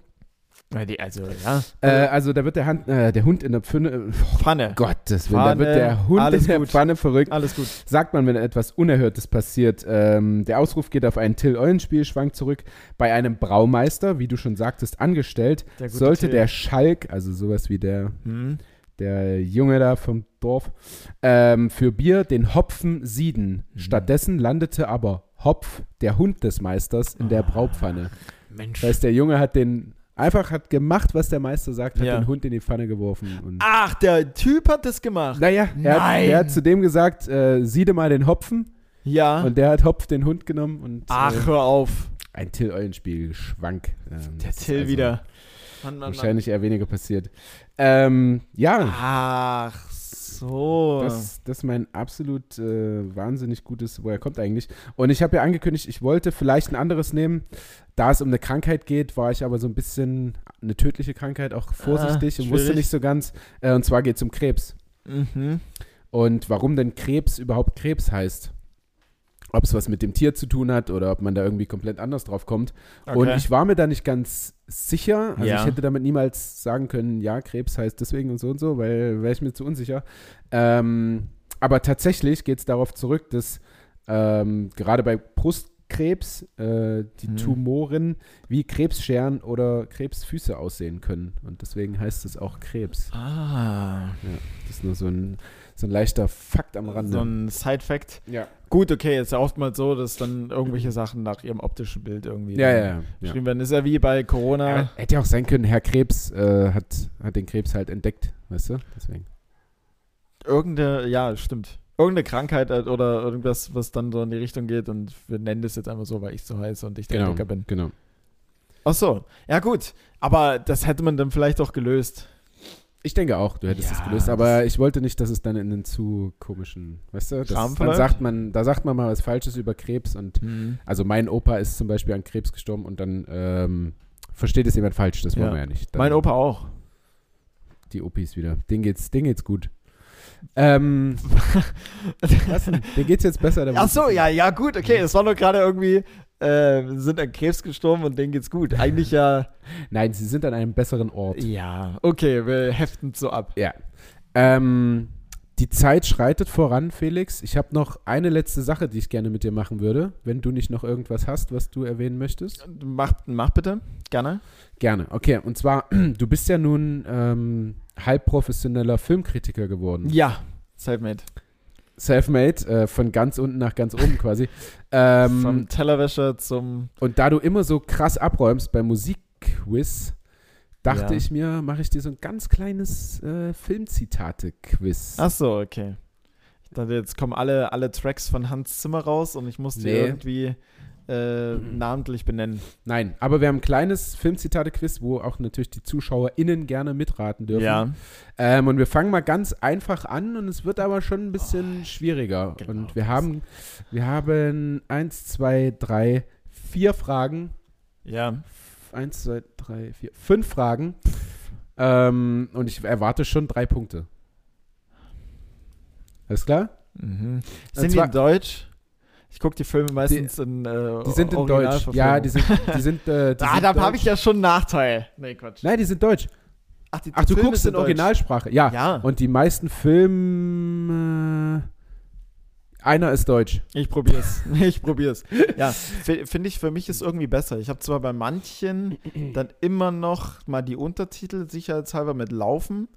Also, ja.
Äh, also da wird der, Hand, äh, der Hund in der Pfanne... Oh,
Pfanne.
Gottes Willen, da
Pfanne,
wird der Hund
alles
in der
gut.
Pfanne verrückt.
Alles gut.
Sagt man, wenn etwas Unerhörtes passiert. Ähm, der Ausruf geht auf einen Till-Eulenspiel, schwankt zurück. Bei einem Braumeister, wie du schon sagtest, angestellt,
Der gute
sollte
Till.
der Schalk, also sowas wie der
Hm.
der Junge da vom Dorf, ähm, für Bier den Hopfen sieden.
Mhm.
Stattdessen landete aber Hopf, der Hund des Meisters, in
Ah.
der Braupfanne.
Mensch.
Das heißt, der Junge hat den, einfach hat gemacht, was der Meister sagt, hat
Ja.
den Hund in die Pfanne geworfen. Und
Ach, der Typ hat das gemacht.
naja, er hat,
Nein.
er hat zu dem gesagt, äh, siede mal den Hopfen.
Ja.
Und der hat Hopf den Hund genommen und
Ah. Ach,
Äh,
hör auf.
ein Till Eulenspiel schwank.
Der
Ähm, das ist
Till
also
wieder. Mann, Mann, Mann.
Wahrscheinlich eher weniger passiert. Ähm, ja,
Ach so.
Das, das ist mein absolut äh, wahnsinnig gutes, woher kommt eigentlich. Und ich habe ja angekündigt, ich wollte vielleicht ein anderes nehmen. Da es um eine Krankheit geht, war ich aber so ein bisschen eine tödliche Krankheit, auch vorsichtig und wusste
schwierig.
nicht so ganz. Äh, und zwar geht es um Krebs.
mhm.
Und warum denn Krebs überhaupt Krebs heißt. Ob es was mit dem Tier zu tun hat oder ob man da irgendwie komplett anders drauf kommt. Und
Okay.
ich war mir da nicht ganz sicher. Also
Ja.
ich hätte damit niemals sagen können, ja, Krebs heißt deswegen und so und so, weil wäre ich mir zu unsicher. Ähm, aber tatsächlich geht es darauf zurück, dass ähm, gerade bei Brustkrebs äh, die
Hm.
Tumoren wie Krebsscheren oder Krebsfüße aussehen können. Und deswegen heißt es auch Krebs.
Ah,
Das ist nur so ein, so ein leichter Fakt am Rande.
so ein Side-Fact.
ja.
Gut, okay, ist ja oftmals so, dass dann irgendwelche Sachen nach ihrem optischen Bild irgendwie
Ja,
dann
ja, ja.
geschrieben werden. Ist ja wie bei
Aber
Corona.
Hätte ja auch sein können, Herr Krebs äh, hat, hat den Krebs halt entdeckt, weißt du? Deswegen.
Irgendeine, ja, stimmt. Irgendeine Krankheit äh, oder irgendwas, was dann so in die Richtung geht und wir nennen das jetzt einfach so, weil ich so heiße und ich der Entdecker bin.
genau.
Ach so, ja gut, aber das hätte man dann vielleicht auch gelöst.
Ich denke auch, du hättest
Ja,
es gelöst, aber ich wollte nicht, dass es dann in den zu komischen, weißt du? Das,
Charme
dann
verläuft?
sagt man, da sagt man mal was Falsches über Krebs und also mein Opa ist zum Beispiel an Krebs gestorben und dann ähm, versteht es jemand falsch, das wollen
Ja.
wir ja nicht. Dann
Mein Opa auch.
Die Opis wieder. Denen geht's, denen geht's gut. Ähm, was denn? Denen geht's jetzt besser. da
Ach
muss
so,
ich-
ja, ja, gut, okay, es war nur gerade irgendwie, äh, sind an Krebs gestorben und denen geht's gut. Eigentlich ja.
Nein, sie sind an einem besseren Ort.
Ja, okay, wir heften so ab.
Ja. Ähm, die Zeit schreitet voran, Felix. Ich habe noch eine letzte Sache, die ich gerne mit dir machen würde, wenn du nicht noch irgendwas hast, was du erwähnen möchtest.
Mach, mach bitte, gerne.
Gerne. Okay, und zwar, du bist ja nun ähm, halbprofessioneller Filmkritiker geworden.
Hm. Ja, selfmade.
Selfmade, äh, von ganz unten nach ganz oben quasi. ähm,
Vom Tellerwäscher zum.
Und da du immer so krass abräumst bei Musikquiz, dachte
Ja.
ich mir, mache ich dir so ein ganz kleines äh, Filmzitate-Quiz.
Ach so, okay. Ich dachte, jetzt kommen alle, alle Tracks von Hans Zimmer raus und ich muss die
Nee.
irgendwie äh, namentlich benennen.
Nein, aber wir haben ein kleines Filmzitate-Quiz, wo auch natürlich die ZuschauerInnen gerne mitraten dürfen. Ähm, und wir fangen mal ganz einfach an und es wird aber schon ein bisschen schwieriger.
genau
und wir
das.
haben, wir haben eins, zwei, drei, vier Fragen.
Ja.
Eins, zwei, drei, vier, fünf Fragen. Ähm, und ich erwarte schon drei Punkte. Alles klar?
Mhm. Sind die
zwar-
in Deutsch? Ich gucke die Filme meistens in. Äh,
Die sind in Deutsch.
Originalverfilmung.
Ja, die sind, die sind, äh, die
ah,
sind
da habe
deutsch.
ich ja schon einen Nachteil. Nee, Quatsch.
Nein, die sind deutsch.
die, die
Ach, du
Filme
guckst
sind
in Originalsprache. Ja.
Deutsch. Ja.
Und die meisten Filme. äh, Einer ist deutsch.
Ich probier's. Ich probier's. Ja, fi- finde ich, für mich ist irgendwie besser. Ich habe zwar bei manchen dann immer noch mal die Untertitel sicherheitshalber mit Laufen.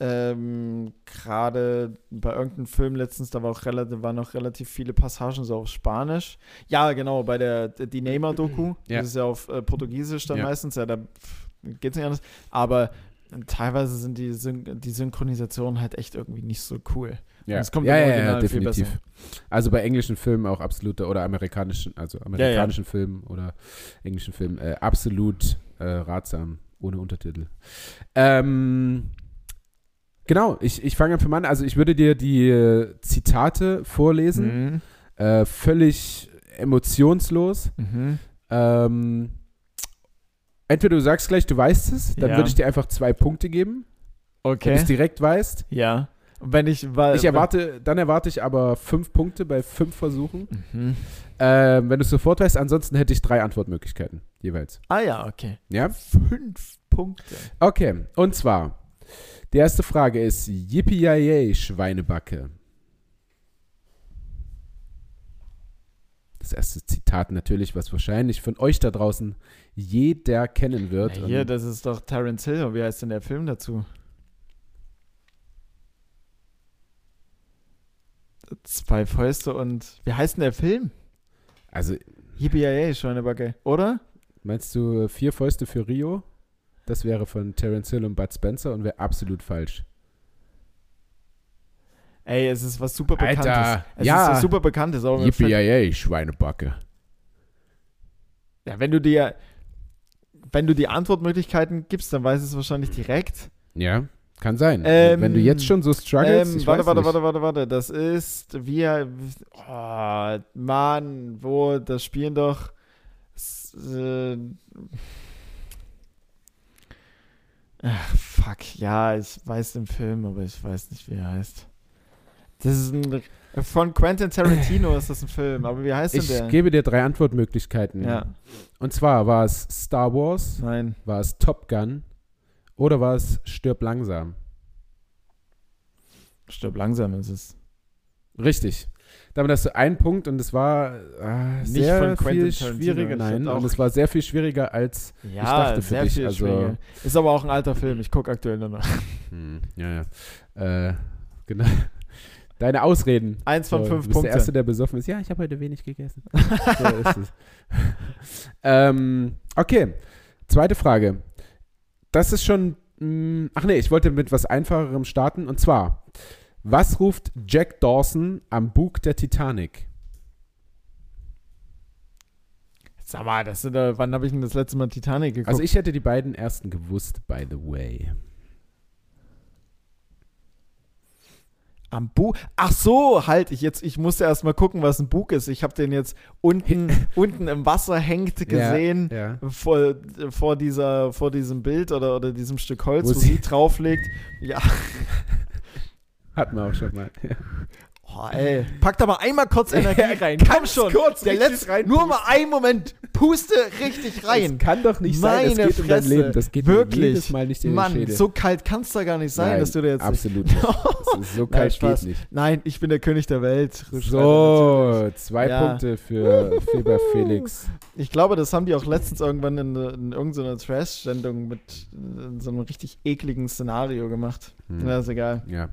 Ähm, Gerade bei irgendeinem Film letztens, da war auch relativ, waren noch relativ viele Passagen so auf Spanisch. Ja, genau, bei der die Neymar-Doku.
Ja.
Das ist ja auf äh, Portugiesisch dann
Ja.
meistens. Ja, da pff, geht's nicht anders. Aber ähm, teilweise sind die, Syn die Synchronisationen halt echt irgendwie nicht so cool.
Ja,
Das kommt
ja,
im
ja,
Original
ja,
viel
definitiv. Also bei englischen Filmen auch absolute oder amerikanischen, also amerikanischen Filmen oder englischen Filmen äh, absolut äh, ratsam, ohne Untertitel. Ähm, genau, ich, ich fange einfach mal an. Also ich würde dir die äh, Zitate vorlesen,
Mhm.
äh, völlig emotionslos.
Mhm.
Ähm, entweder du sagst gleich, du weißt es, dann
Ja.
würde ich dir einfach zwei Punkte geben, wenn du
Okay. Äh,
es direkt weißt.
Ja. Und wenn ich, weil,
Ich erwarte, dann erwarte ich aber fünf Punkte bei fünf Versuchen.
Mhm.
Ähm, wenn du es sofort weißt, ansonsten hätte ich drei Antwortmöglichkeiten jeweils.
Ah ja, okay.
Ja?
Fünf Punkte.
Okay, und zwar, die erste Frage ist, yippie Schweinebacke. Das erste Zitat natürlich, was wahrscheinlich von euch da draußen jeder kennen
Ja,
wird.
hier,
Und
das ist doch Terence Hill. Und Wie heißt denn der Film dazu? Zwei Fäuste und. Wie heißt denn der Film?
also,
Yippie, Schweinebacke, oder?
meinst du äh, Vier Fäuste für Rio? Das wäre von Terence Hill und Bud Spencer und wäre absolut falsch.
Ey, es ist was super
Alter,
Bekanntes. es
ja.
ist was super Bekanntes. Aber mir fällt-
yippie Schweinebacke.
ja, wenn du dir. Wenn du die Antwortmöglichkeiten gibst, dann weiß es wahrscheinlich direkt.
Ja, kann sein.
Ähm,
Wenn du jetzt schon so struggles,
Ähm,
ich
warte,
weiß
warte,
nicht.
warte, warte, warte. Das ist wir. Oh, Mann, wo das spielen doch. s- Äh, ach, fuck. Ja, ich weiß den Film, aber ich weiß nicht, wie er heißt. Das ist ein. Von Quentin Tarantino ist das ein Film, aber wie heißt
Ich
denn der?
gebe dir drei Antwortmöglichkeiten.
Ja,
Und zwar war es Star Wars,
nein.
war es Top Gun oder war es Stirb langsam.
Stirb langsam ist es.
Richtig. Damit hast du einen Punkt und es war äh,
Nicht
sehr
von Quentin
viel
Tarantino,
schwieriger.
ich
Nein,
hab
und
auch-
es war sehr viel schwieriger als.
Ja,
dachte für
sehr
dich,
viel
also-
schwieriger. Ist aber auch ein alter Film, ich gucke aktuell nur noch.
Hm, ja, ja. Äh, genau. Deine Ausreden.
Eins von
So,
fünf
du bist
Punkte.
der Erste, der besoffen ist. Ja, ich habe heute wenig gegessen. so ist es. ähm, okay, zweite Frage. Das ist schon. mm, ach nee, ich wollte mit was Einfacherem starten. Und zwar: Was ruft Jack Dawson am Bug der Titanic?
Sag mal, das sind, äh, wann habe ich denn das letzte Mal Titanic geguckt?
Also, ich hätte die beiden ersten gewusst, by the way.
Am Bug. Ach so, halt, ich jetzt, ich musste erst mal gucken, was ein Bug ist. Ich habe den jetzt unten, unten im Wasser hängt gesehen.
Ja.
Vor, vor, dieser, vor diesem Bild oder, oder diesem Stück Holz, wo,
Wo sie-
sie drauflegt. Ja,
Hatten wir auch schon mal. Ja.
oh, ey. Pack da mal einmal kurz Energie
Ja,
rein.
ganz
Komm schon.
kurz
der
richtig
letzte,
reinpusten.
nur mal einen Moment. Puste richtig rein.
Das kann doch nicht sein. Das
Meine
geht um dein
Fresse.
Leben. Das geht mir
Wirklich.
jedes Mal nicht in den
Mann,
Schädel.
so kalt kann es da gar nicht sein,
Nein,
dass du da jetzt.
Absolut
Nicht.
nicht. Das ist so
Nein,
kalt
Spaß.
geht nicht.
Nein, ich bin der König der Welt.
So, zwei
Ja.
Punkte für Feber Felix.
Ich glaube, das haben die auch letztens irgendwann in, in irgendeiner Trash-Sendung mit äh, so einem richtig ekligen Szenario gemacht.
Hm.
Ja, ist egal.
Ja.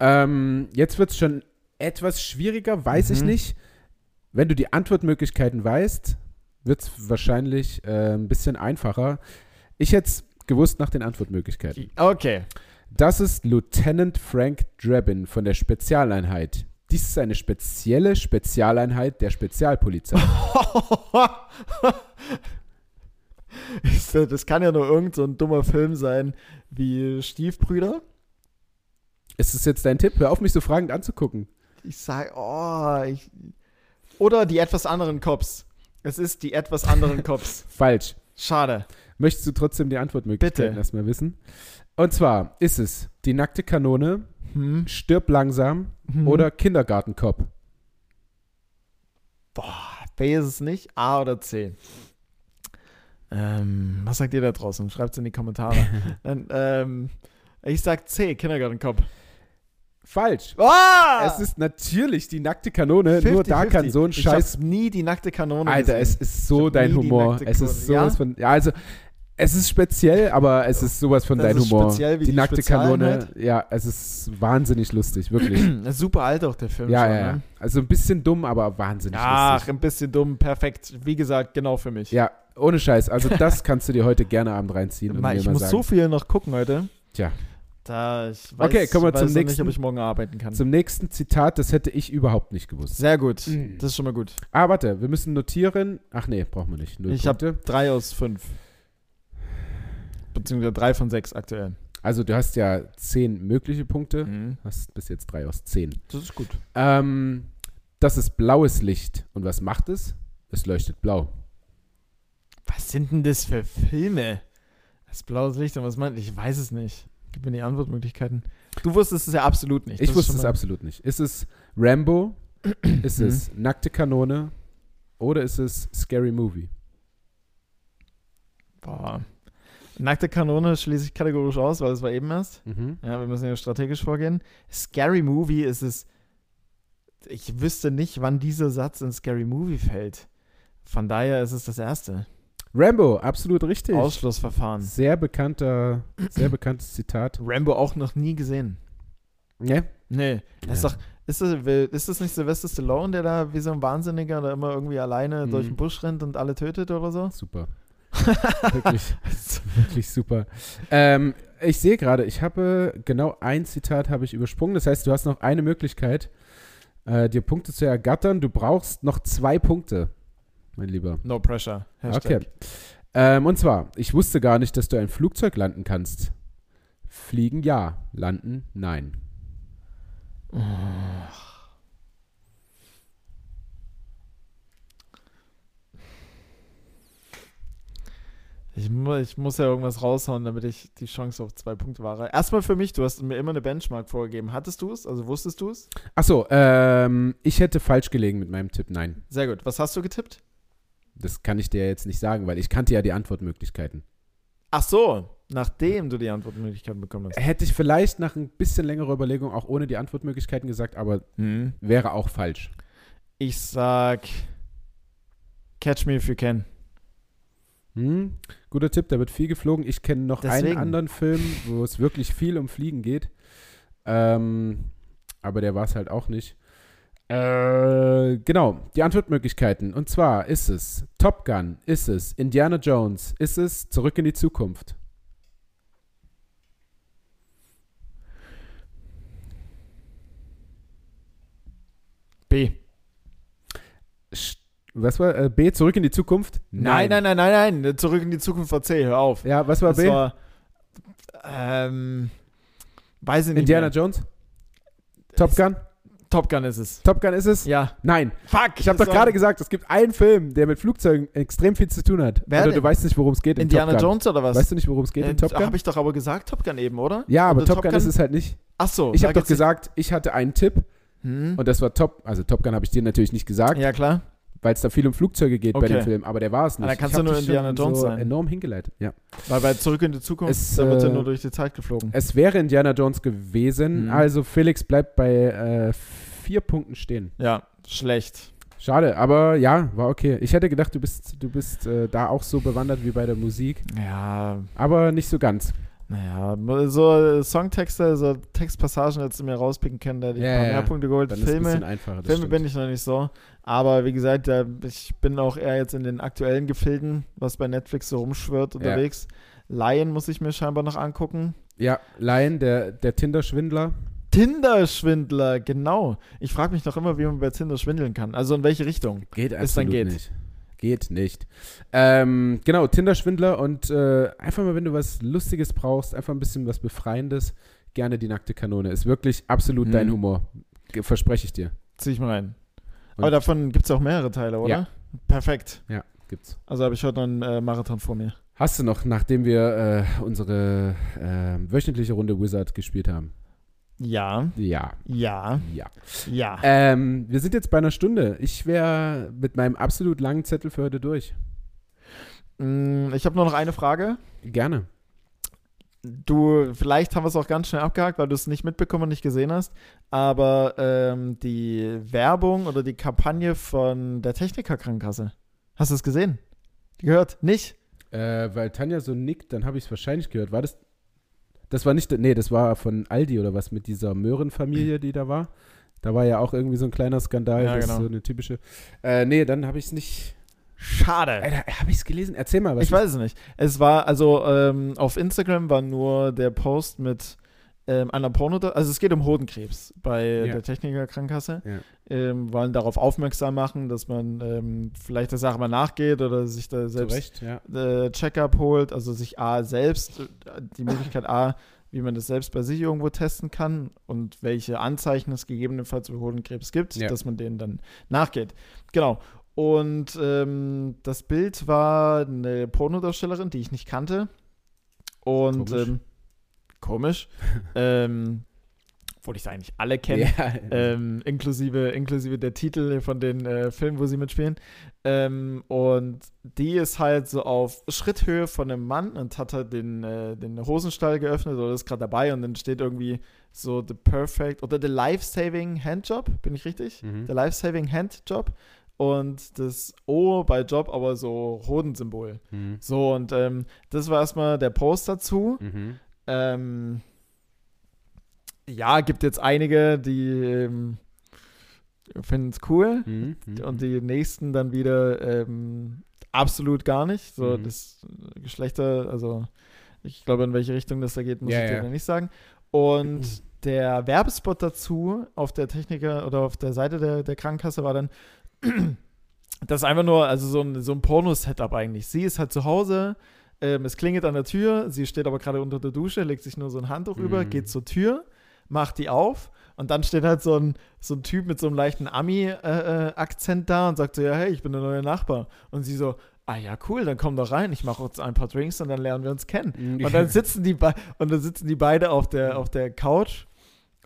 Ähm, jetzt wird es schon etwas schwieriger, weiß ich
Mhm.
nicht. Wenn du die Antwortmöglichkeiten weißt, wird es wahrscheinlich äh, ein bisschen einfacher. Ich hätte es gewusst nach den Antwortmöglichkeiten.
Okay.
Das ist Lieutenant Frank Drabin von der Spezialeinheit. Dies ist eine spezielle Spezialeinheit der Spezialpolizei.
Ist das- das kann ja nur irgend so ein dummer Film sein wie Stiefbrüder.
ist es jetzt dein Tipp? Hör auf, mich so fragend anzugucken.
Ich sag, oh, ich. Oder die etwas anderen Cops. Es ist die etwas anderen Cops.
Falsch.
Schade.
Möchtest du trotzdem die Antwortmöglichkeiten
Bitte.
erstmal wissen? Und zwar ist es die nackte Kanone,
Hm.
stirb langsam
Hm.
oder Kindergartenkopf.
B ist es nicht, A oder C. Ähm, was sagt ihr da draußen? Schreibt es in die Kommentare. Dann, ähm, ich sag C, Kindergartenkopf.
Falsch.
Ah!
Es ist natürlich die nackte Kanone,
50,
nur da
50.
kann so ein
ich
Scheiß
hab nie die nackte Kanone
Alter, es
gesehen.
ist
Ich
so
hab
dein
nie die
Humor.
nackte
Es
Kurve.
ist sowas
Ja?
von. Ja, also es ist speziell, aber es ist sowas von
Das
dein
ist
Humor.
speziell wie
die
die
nackte Kanone.
Spezialeinheit.
Ja, es ist wahnsinnig lustig, wirklich.
Ist super alt auch der Film.
ja,
schon,
ja, ja.
ne?
Also ein bisschen dumm, aber wahnsinnig
Ach,
lustig.
ein bisschen dumm, perfekt. Wie gesagt, genau für mich.
Ja, ohne Scheiß. Also das kannst du dir heute gerne Abend reinziehen. Und
Mann,
mir
ich
mal
muss
sagen.
so viel noch gucken heute.
Tja.
Da ich weiß,
Okay, kommen wir
weiß
zum
noch nicht,
nächsten.
ob ich morgen arbeiten kann.
Zum nächsten Zitat, das hätte ich überhaupt nicht gewusst.
Sehr gut.
Mhm.
Das ist schon mal gut.
Ah, warte, wir müssen notieren. Ach nee, brauchen wir nicht. Null
Ich hab-
Punkte.
Drei aus fünf. Beziehungsweise drei von sechs aktuell.
Also du hast ja zehn mögliche Punkte.
Mhm.
Hast bis jetzt drei aus zehn.
Das ist gut.
Ähm, das ist blaues Licht. Und was macht es? Es leuchtet blau.
Was sind denn das für Filme? Das blaues Licht und was meint? Ich weiß es nicht. Gib mir die Antwortmöglichkeiten. Du wusstest es ja absolut nicht.
Ich
Das ist
wusste
schon
es
mal- Mhm.
absolut nicht. Ist es Rambo? ist es Nackte Kanone? Oder ist es Scary Movie?
Boah. Nackte Kanone schließe ich kategorisch aus, weil es war eben erst. Ja, wir müssen ja strategisch vorgehen. Scary Movie ist es. Ich wüsste nicht, wann dieser Satz in Scary Movie fällt. Von daher ist es das erste.
Rambo, absolut richtig.
Ausschlussverfahren.
Sehr bekannter, sehr bekanntes Zitat.
Rambo auch noch nie gesehen.
Ne?
Nee, das
Ja.
ist doch. Ist das, ist das nicht Sylvester Stallone, der da wie so ein Wahnsinniger da immer irgendwie alleine
Mhm.
durch den Busch rennt und alle tötet oder so?
Super. Wirklich, wirklich super. Ähm, ich sehe gerade, ich habe genau ein Zitat habe ich übersprungen. Das heißt, du hast noch eine Möglichkeit, äh, dir Punkte zu ergattern. Du brauchst noch zwei Punkte, mein Lieber.
No pressure. Hashtag.
Okay. Ähm, und zwar, ich wusste gar nicht, dass du ein Flugzeug landen kannst. Fliegen ja, landen nein.
Ich, mu ich muss ja irgendwas raushauen, damit ich die Chance auf zwei Punkte wahre. Erstmal für mich, du hast mir immer eine Benchmark vorgegeben. Hattest du es? Also wusstest du es?
Achso, ähm, ich hätte falsch gelegen mit meinem Tipp nein.
Sehr gut. Was hast du getippt?
Das kann ich dir jetzt nicht sagen, weil ich kannte ja die Antwortmöglichkeiten.
Ach so, nachdem du die Antwortmöglichkeiten bekommen hast.
Hätte ich vielleicht nach ein bisschen längerer Überlegung auch ohne die Antwortmöglichkeiten gesagt, aber
Hm.
wäre auch falsch.
Ich sag Catch Me If You Can.
Hm? Guter Tipp, da wird viel geflogen. Ich kenne noch einen
Deswegen.
anderen Film, wo es wirklich viel um Fliegen geht. Ähm, aber der war es halt auch nicht. Äh, genau, die Antwortmöglichkeiten. Und zwar ist es Top Gun, ist es Indiana Jones, ist es Zurück in die Zukunft.
B.
Sch- Was war äh, B, Zurück in die Zukunft?
Nein, nein, nein, nein, nein. Zurück in die Zukunft war C. Hör auf.
Ja, was war
Das
B?
war, ähm, weiß ich nicht.
Indiana
mehr.
Jones? Top Gun?
Top Gun ist es.
Top Gun ist es?
Ja.
Nein.
Fuck.
Ich habe
das
doch
war
gerade gesagt, es gibt einen Film, der mit Flugzeugen extrem viel zu tun hat.
Wer
Oder du
denn?
weißt nicht, worum es geht in
Indiana
Top Gun.
Jones Äh, oder was?
Weißt du nicht, worum es geht in Top Gun?
Habe ich doch aber gesagt, Top Gun eben, oder?
ja, aber
Oder
Top, Gun, ist es halt nicht.
Ach so.
Ich
Oh, da
habe doch
gibt's
gesagt, ich hatte einen Tipp
nicht- Hm?
und das war Top. Also Top Gun habe ich dir natürlich nicht gesagt,
Ja, klar.
weil es da viel um Flugzeuge geht bei
Okay.
dem Film, aber der war es
Ah,
nicht.
dann kannst
Ich
du
hab
nur
dich
Indiana
schon
Jones
so
sein.
enorm hingeleitet. Ja.
Weil bei Zurück in die Zukunft,
Es,
da wird ja
äh,
nur durch die Zeit geflogen.
Es wäre Indiana Jones gewesen,
Mhm.
also Felix bleibt bei äh, vier Punkten stehen.
Ja, schlecht.
Schade, aber ja, war okay. Ich hätte gedacht, du bist, du bist äh, da auch so bewandert wie bei der Musik,
Ja,
aber nicht so ganz.
naja, so äh, Songtexte, so Textpassagen hättest du mir rauspicken können, da hätte ich
Ja,
ein paar
ja,
mehr
ja.
Punkte geholt.
Dann ist es ein
Filme,
bisschen einfacher. das
Filme
stimmt.
bin ich noch nicht so. Aber wie gesagt, da, ich bin auch eher jetzt in den aktuellen Gefilden, was bei Netflix so rumschwirrt unterwegs. Lion muss ich mir scheinbar noch angucken.
Ja, Lion, der, der Tinder-Schwindler.
Tinder-Schwindler, genau. Ich frage mich noch immer, wie man bei Tinder schwindeln kann. Also in welche Richtung?
Geht
Ist dann geht.
nicht. Geht nicht. Ähm, genau, Tinder-Schwindler und äh, einfach mal, wenn du was Lustiges brauchst, einfach ein bisschen was Befreiendes, gerne die nackte Kanone. Ist wirklich absolut
Mhm.
dein Humor. Ge- Verspreche ich dir.
Zieh ich mal rein.
Und-
Aber davon gibt es auch mehrere Teile, oder?
Ja.
Perfekt.
Ja, gibt's.
Also habe ich heute noch einen äh, Marathon vor mir.
Hast du noch, nachdem wir äh, unsere äh, wöchentliche Runde Wizard gespielt haben?
Ja,
Ja,
ja,
ja.
ja.
Ähm, wir sind jetzt bei einer Stunde. Ich wäre mit meinem absolut langen Zettel für heute durch.
Mm, Ich habe nur noch eine Frage.
Gerne.
du, vielleicht haben wir es auch ganz schnell abgehakt, weil du es nicht mitbekommen und nicht gesehen hast, aber ähm, die Werbung oder die Kampagne von der Technikerkrankenkasse, hast du es gesehen? Gehört? Nicht?
Äh, weil Tanja so nickt, dann habe ich es wahrscheinlich gehört. War das. Das war nicht. Nee, das war von Aldi oder was mit dieser Möhrenfamilie, die da war. Da war ja auch irgendwie so ein kleiner Skandal.
Ja,
das
genau.
ist so eine typische. Äh, nee, dann habe ich es nicht.
Schade.
Alter, habe ich es gelesen? Erzähl mal, was
Äh. ich weiß es nicht. Es war, also ähm, auf Instagram war nur der Post mit ähm, einer Porno, also es geht um Hodenkrebs bei
Ja.
der Technikerkrankenkasse.
Ja.
Ähm, wollen darauf aufmerksam machen, dass man ähm, vielleicht der Sache mal nachgeht oder sich da selbst
Zu Recht, ja.
äh, Check-up holt, also sich A selbst, äh, die Möglichkeit A, wie man das selbst bei sich irgendwo testen kann und welche Anzeichen es gegebenenfalls für Hodenkrebs gibt,
Ja.
dass man denen dann nachgeht. Genau. Und ähm, das Bild war eine Pornodarstellerin, die ich nicht kannte. Und
Komisch.
komisch. Ähm, komisch. ähm, obwohl ich da eigentlich alle kenne
Ja.
ähm, inklusive, inklusive der Titel von den äh, Filmen, wo sie mitspielen. Ähm, und die ist halt so auf Schritthöhe von einem Mann und hat halt den, äh, den Hosenstall geöffnet oder ist gerade dabei und dann steht irgendwie so The Perfect oder The Life-Saving Handjob, bin ich richtig?
Mhm.
The Life-Saving Handjob und das O bei Job aber so Hodensymbol.
Mhm.
So und ähm, das war erstmal der Post dazu.
Mhm.
Ähm, ja, gibt jetzt einige, die ähm, finden es cool
Mhm. Mhm.
und die nächsten dann wieder ähm, absolut gar nicht. So
Mhm.
das Geschlechter, also ich glaube, in welche Richtung das da geht, muss
Ja,
ich dir
ja. Mhm.
noch nicht sagen. Und der Werbespot dazu auf der Techniker oder auf der Seite der, der Krankenkasse war dann das ist einfach nur, also so ein, so ein Porno-Setup eigentlich. Sie ist halt zu Hause, ähm, es klingelt an der Tür, sie steht aber gerade unter der Dusche, legt sich nur so ein Handtuch über,
Mhm.
geht zur Tür, macht die auf und dann steht halt so ein, so ein Typ mit so einem leichten Ami-Akzent da und sagt so, ja, hey, ich bin der neue Nachbar. Und sie so, ah ja, cool, dann komm doch rein, ich mache uns ein paar Drinks und dann lernen wir uns kennen.
Mhm.
Und dann sitzen die, be- und dann sitzen die beide auf der, auf der Couch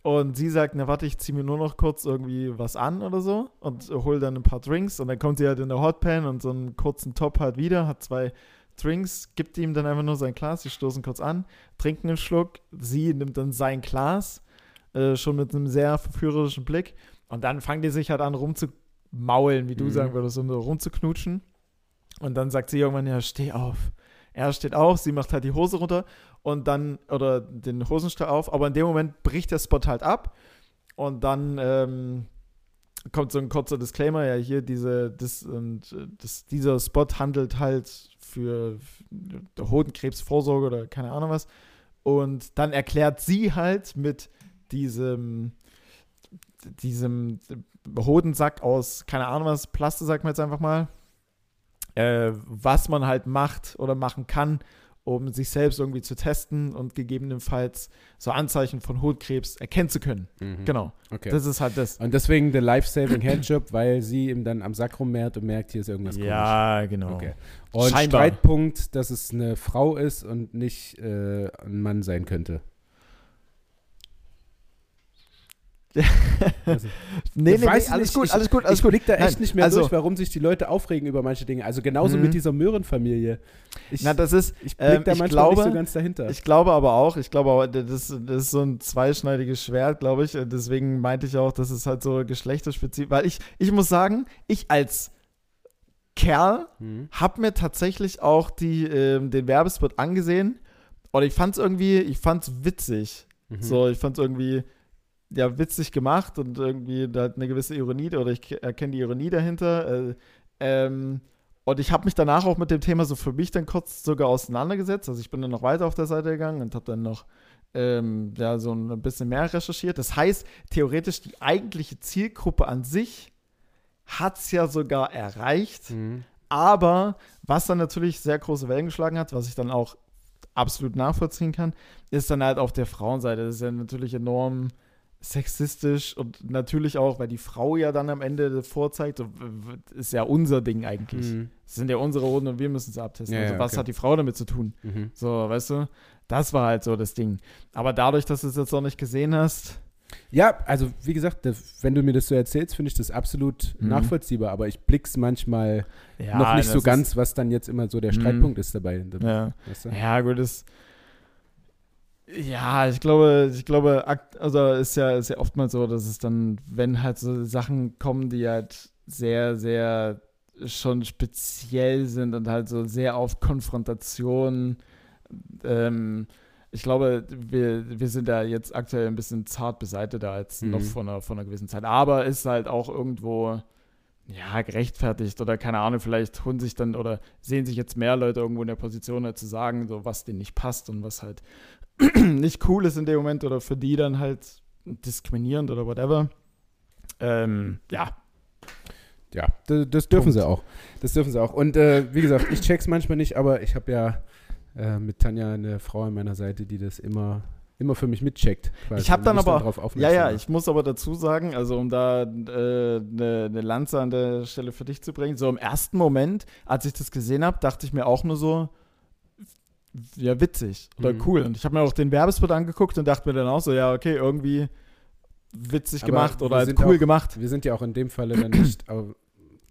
und sie sagt, na warte, ich ziehe mir nur noch kurz irgendwie was an oder so und hol dann ein paar Drinks und dann kommt sie halt in der Hotpan und so einen kurzen Top halt wieder, hat zwei Drinks, gibt ihm dann einfach nur sein Glas, sie stoßen kurz an, trinken einen Schluck, sie nimmt dann sein Glas, äh, schon mit einem sehr verführerischen Blick und dann fangen die sich halt an rumzumaulen, wie du
Mhm.
sagen würdest, und so rumzuknutschen und dann sagt sie irgendwann, ja, steh auf. Er steht auf, sie macht halt die Hose runter und dann, oder den Hosenstall auf, aber in dem Moment bricht der Spot halt ab und dann ähm, kommt so ein kurzer Disclaimer, ja, hier diese, das, und, äh, das, dieser Spot handelt halt für für Hodenkrebsvorsorge oder keine Ahnung was. Und dann erklärt sie halt mit diesem, diesem Hodensack aus, keine Ahnung was, Plaste, sagt man jetzt einfach mal, äh, was man halt macht oder machen kann, um sich selbst irgendwie zu testen und gegebenenfalls so Anzeichen von Hodenkrebs erkennen zu können.
Mhm.
Genau.
Okay.
Das ist halt das.
und deswegen der Life-Saving Handjob, weil sie ihm dann am Sack rummehrt und merkt, hier ist irgendwas
genau.
komisch. Okay. Und
Scheinbar.
Streitpunkt, dass es eine Frau ist und nicht äh, ein Mann sein könnte. Also,
Nee, nee,
Ich
nee,
weiß
alles
nicht,
gut,
ich-
alles gut, alles
ich
gut.
blick da echt
Nein,
nicht mehr
also-
durch, warum sich die Leute aufregen über manche Dinge. Also genauso
Mhm.
mit dieser Möhrenfamilie. Ich,
Na, das ist,
ich blick
ähm,
da
ich
manchmal
glaube,
nicht so ganz dahinter.
ich glaube aber auch, ich glaube aber, das, das ist so ein zweischneidiges Schwert, glaube ich. Deswegen meinte ich auch, das ist halt so geschlechterspezifisch. Weil ich, ich muss sagen, ich als Kerl
Mhm.
habe mir tatsächlich auch die, ähm, den Werbespot angesehen. Und ich fand es irgendwie, ich fand es witzig.
Mhm.
So, ich fand es irgendwie ja witzig gemacht und irgendwie da hat eine gewisse Ironie oder ich ke- erkenne die Ironie dahinter. Äh, ähm, und ich habe mich danach auch mit dem Thema so für mich dann kurz sogar auseinandergesetzt. Also ich bin dann noch weiter auf der Seite gegangen und habe dann noch ähm, ja, so ein bisschen mehr recherchiert. Das heißt, theoretisch die eigentliche Zielgruppe an sich hat es ja sogar erreicht.
Mhm.
Aber was dann natürlich sehr große Wellen geschlagen hat, was ich dann auch absolut nachvollziehen kann, ist dann halt auf der Frauenseite. Das ist ja natürlich enorm sexistisch und natürlich auch, weil die Frau ja dann am Ende vorzeigt, so, w- w- ist ja unser Ding eigentlich.
Mhm.
Das sind ja unsere Hoden und wir müssen es abtesten.
Ja,
also
ja,
was
okay.
hat die Frau damit zu tun?
Mhm.
So, weißt du? Das war halt so das Ding. Aber dadurch, dass du es jetzt noch nicht gesehen hast,
Ja, also wie gesagt, der- wenn du mir das so erzählst, finde ich das absolut
Mhm.
nachvollziehbar, aber ich blick's manchmal
ja,
noch nicht
das
so
ist-
ganz, was dann jetzt immer so der
Mhm.
Streitpunkt ist dabei.
Ja,
Weißt du?
ja gut, das Ja, ich glaube, ich glaube, also ist ja, ist ja oftmals so, dass es dann, wenn halt so Sachen kommen, die halt sehr, sehr schon speziell sind und halt so sehr auf Konfrontation. Ähm, ich glaube, wir, wir sind da jetzt aktuell ein bisschen zart beseiteter als
Mhm.
noch von einer, von einer gewissen Zeit. Aber ist halt auch irgendwo, ja, gerechtfertigt oder keine Ahnung, vielleicht holen sich dann oder sehen sich jetzt mehr Leute irgendwo in der Position, halt zu sagen, so was denen nicht passt und was halt nicht cool ist in dem Moment oder für die dann halt diskriminierend oder whatever. Ähm, ja,
Ja, das, das dürfen
Punkt.
sie auch. Das dürfen sie auch. Und äh, wie gesagt, ich check's manchmal nicht, aber ich habe ja äh, mit Tanja eine Frau an meiner Seite, die das immer, immer für mich mitcheckt. quasi,
Ich hab
und
dann
mich
aber-
drauf
Ja,
aufmerksam
ja,
macht.
ich muss aber dazu sagen, also um da eine äh, ne ne Lanze an der Stelle für dich zu bringen, so im ersten Moment, als ich das gesehen habe, dachte ich mir auch nur so, ja, witzig oder
Mhm.
cool. Und ich habe mir auch den Werbespot angeguckt und dachte mir dann auch so, ja, okay, irgendwie witzig
Aber
gemacht
wir
oder halt
sind
cool
auch-
gemacht.
Wir sind ja auch in dem Falle dann nicht aber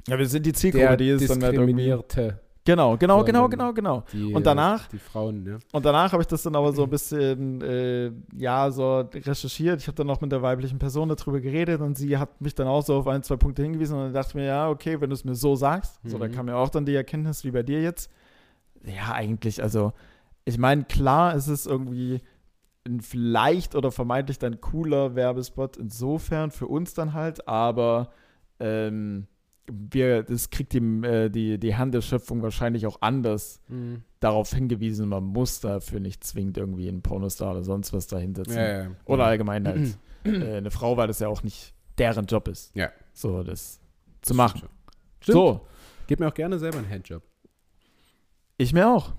Ja, wir sind die Zielgruppe,
der
die ist dann halt irgendwie.
Diskriminierte.
Genau, genau, genau, genau,
Sondern-
genau.
Die,
Und danach?
Äh, die Frauen, ne?
Und danach habe ich das dann aber so ein bisschen, äh, ja, so recherchiert. Ich habe dann auch mit der weiblichen Person darüber geredet und sie hat mich dann auch so auf ein, zwei Punkte hingewiesen und dann dachte ich mir, ja, okay, wenn du es mir so sagst, so, dann
Mhm.
kam ja auch dann die Erkenntnis, wie bei dir jetzt. Ja, eigentlich, also, ich meine, klar, es ist irgendwie ein vielleicht oder vermeintlich dann cooler Werbespot insofern für uns dann halt, aber ähm, wir, das kriegt die, äh, die, die Hand der Schöpfung wahrscheinlich auch anders
Mhm.
darauf hingewiesen, man muss dafür nicht zwingend irgendwie einen Pornostar oder sonst was dahinsetzen.
Ja, ja.
Oder allgemein halt äh, eine Frau, weil das ja auch nicht deren Job ist.
Ja.
So das zu machen.
Stimmt. So.
So,
Gib mir auch gerne selber einen Handjob.
ich mir auch.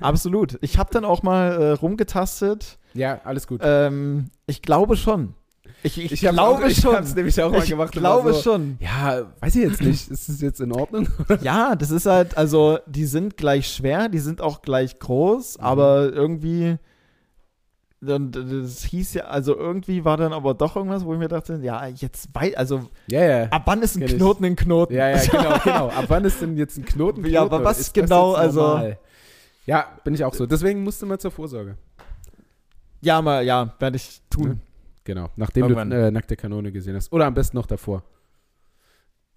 Absolut. Ich habe dann auch mal äh, rumgetastet.
Ja, alles gut.
Ähm, ich glaube schon. Ich, ich, glaube
ich
schon.
hab's nämlich auch mal
ich
gemacht. und
glaube
war so,
schon.
Ja, weiß ich jetzt nicht. Ist es jetzt in Ordnung?
Ja, das ist halt, also die sind gleich schwer, die sind auch gleich groß,
Mhm.
aber irgendwie, dann, das hieß ja, also irgendwie war dann aber doch irgendwas, wo ich mir dachte, ja, jetzt weit, also
Ja, ja.
ab wann ist ein
Kenn ich.
Knoten ein Knoten?
Ja, ja, genau, genau. Ab wann ist denn jetzt ein Knoten?
Ja, aber
Knoten?
was
Ist das
genau,
jetzt
also-
normal? Ja, bin ich auch so. Deswegen musste man zur Vorsorge.
ja mal, ja, werde ich tun.
Genau, nachdem
Irgendwann.
du äh, nackte Kanone gesehen hast. Oder am besten noch davor.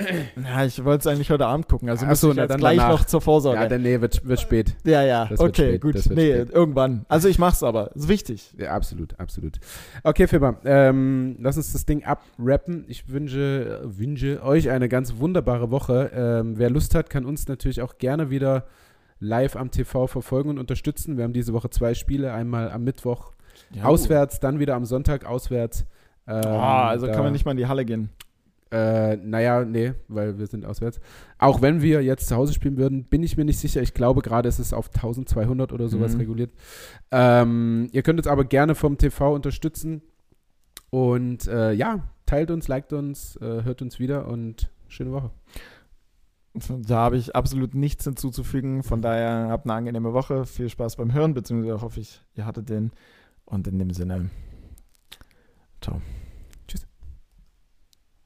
Ja, ich wollte es eigentlich heute Abend gucken, also
Ach
muss
so,
ich
na
jetzt
dann
gleich
danach.
noch zur Vorsorge.
Ja, dann nee, wird, wird spät.
ja, ja,
Das wird
okay,
spät,
gut,
das wird
nee,
spät.
irgendwann. Also ich mach's aber, ist wichtig.
Ja, absolut, absolut. Okay, Fibber, ähm, lass uns das Ding abrappen. Ich wünsche, äh, wünsche euch eine ganz wunderbare Woche. Ähm, wer Lust hat, kann uns natürlich auch gerne wieder live am TV verfolgen und unterstützen. Wir haben diese Woche zwei Spiele, einmal am Mittwoch auswärts, dann wieder am Sonntag auswärts. Ähm,
Ah, also
da-
kann man nicht mal in die Halle gehen.
Äh, naja, nee, weil wir sind auswärts. Auch wenn wir jetzt zu Hause spielen würden, bin ich mir nicht sicher. Ich glaube, gerade ist es auf 1200 oder sowas
Mhm.
reguliert. Ähm, ihr könnt uns aber gerne vom TV unterstützen. Und äh, ja, teilt uns, liked uns, äh, hört uns wieder und schöne Woche.
Da habe ich absolut nichts hinzuzufügen. Von daher habt eine angenehme Woche. Viel Spaß beim Hören, beziehungsweise hoffe ich, ihr hattet den. Und in dem Sinne, ciao.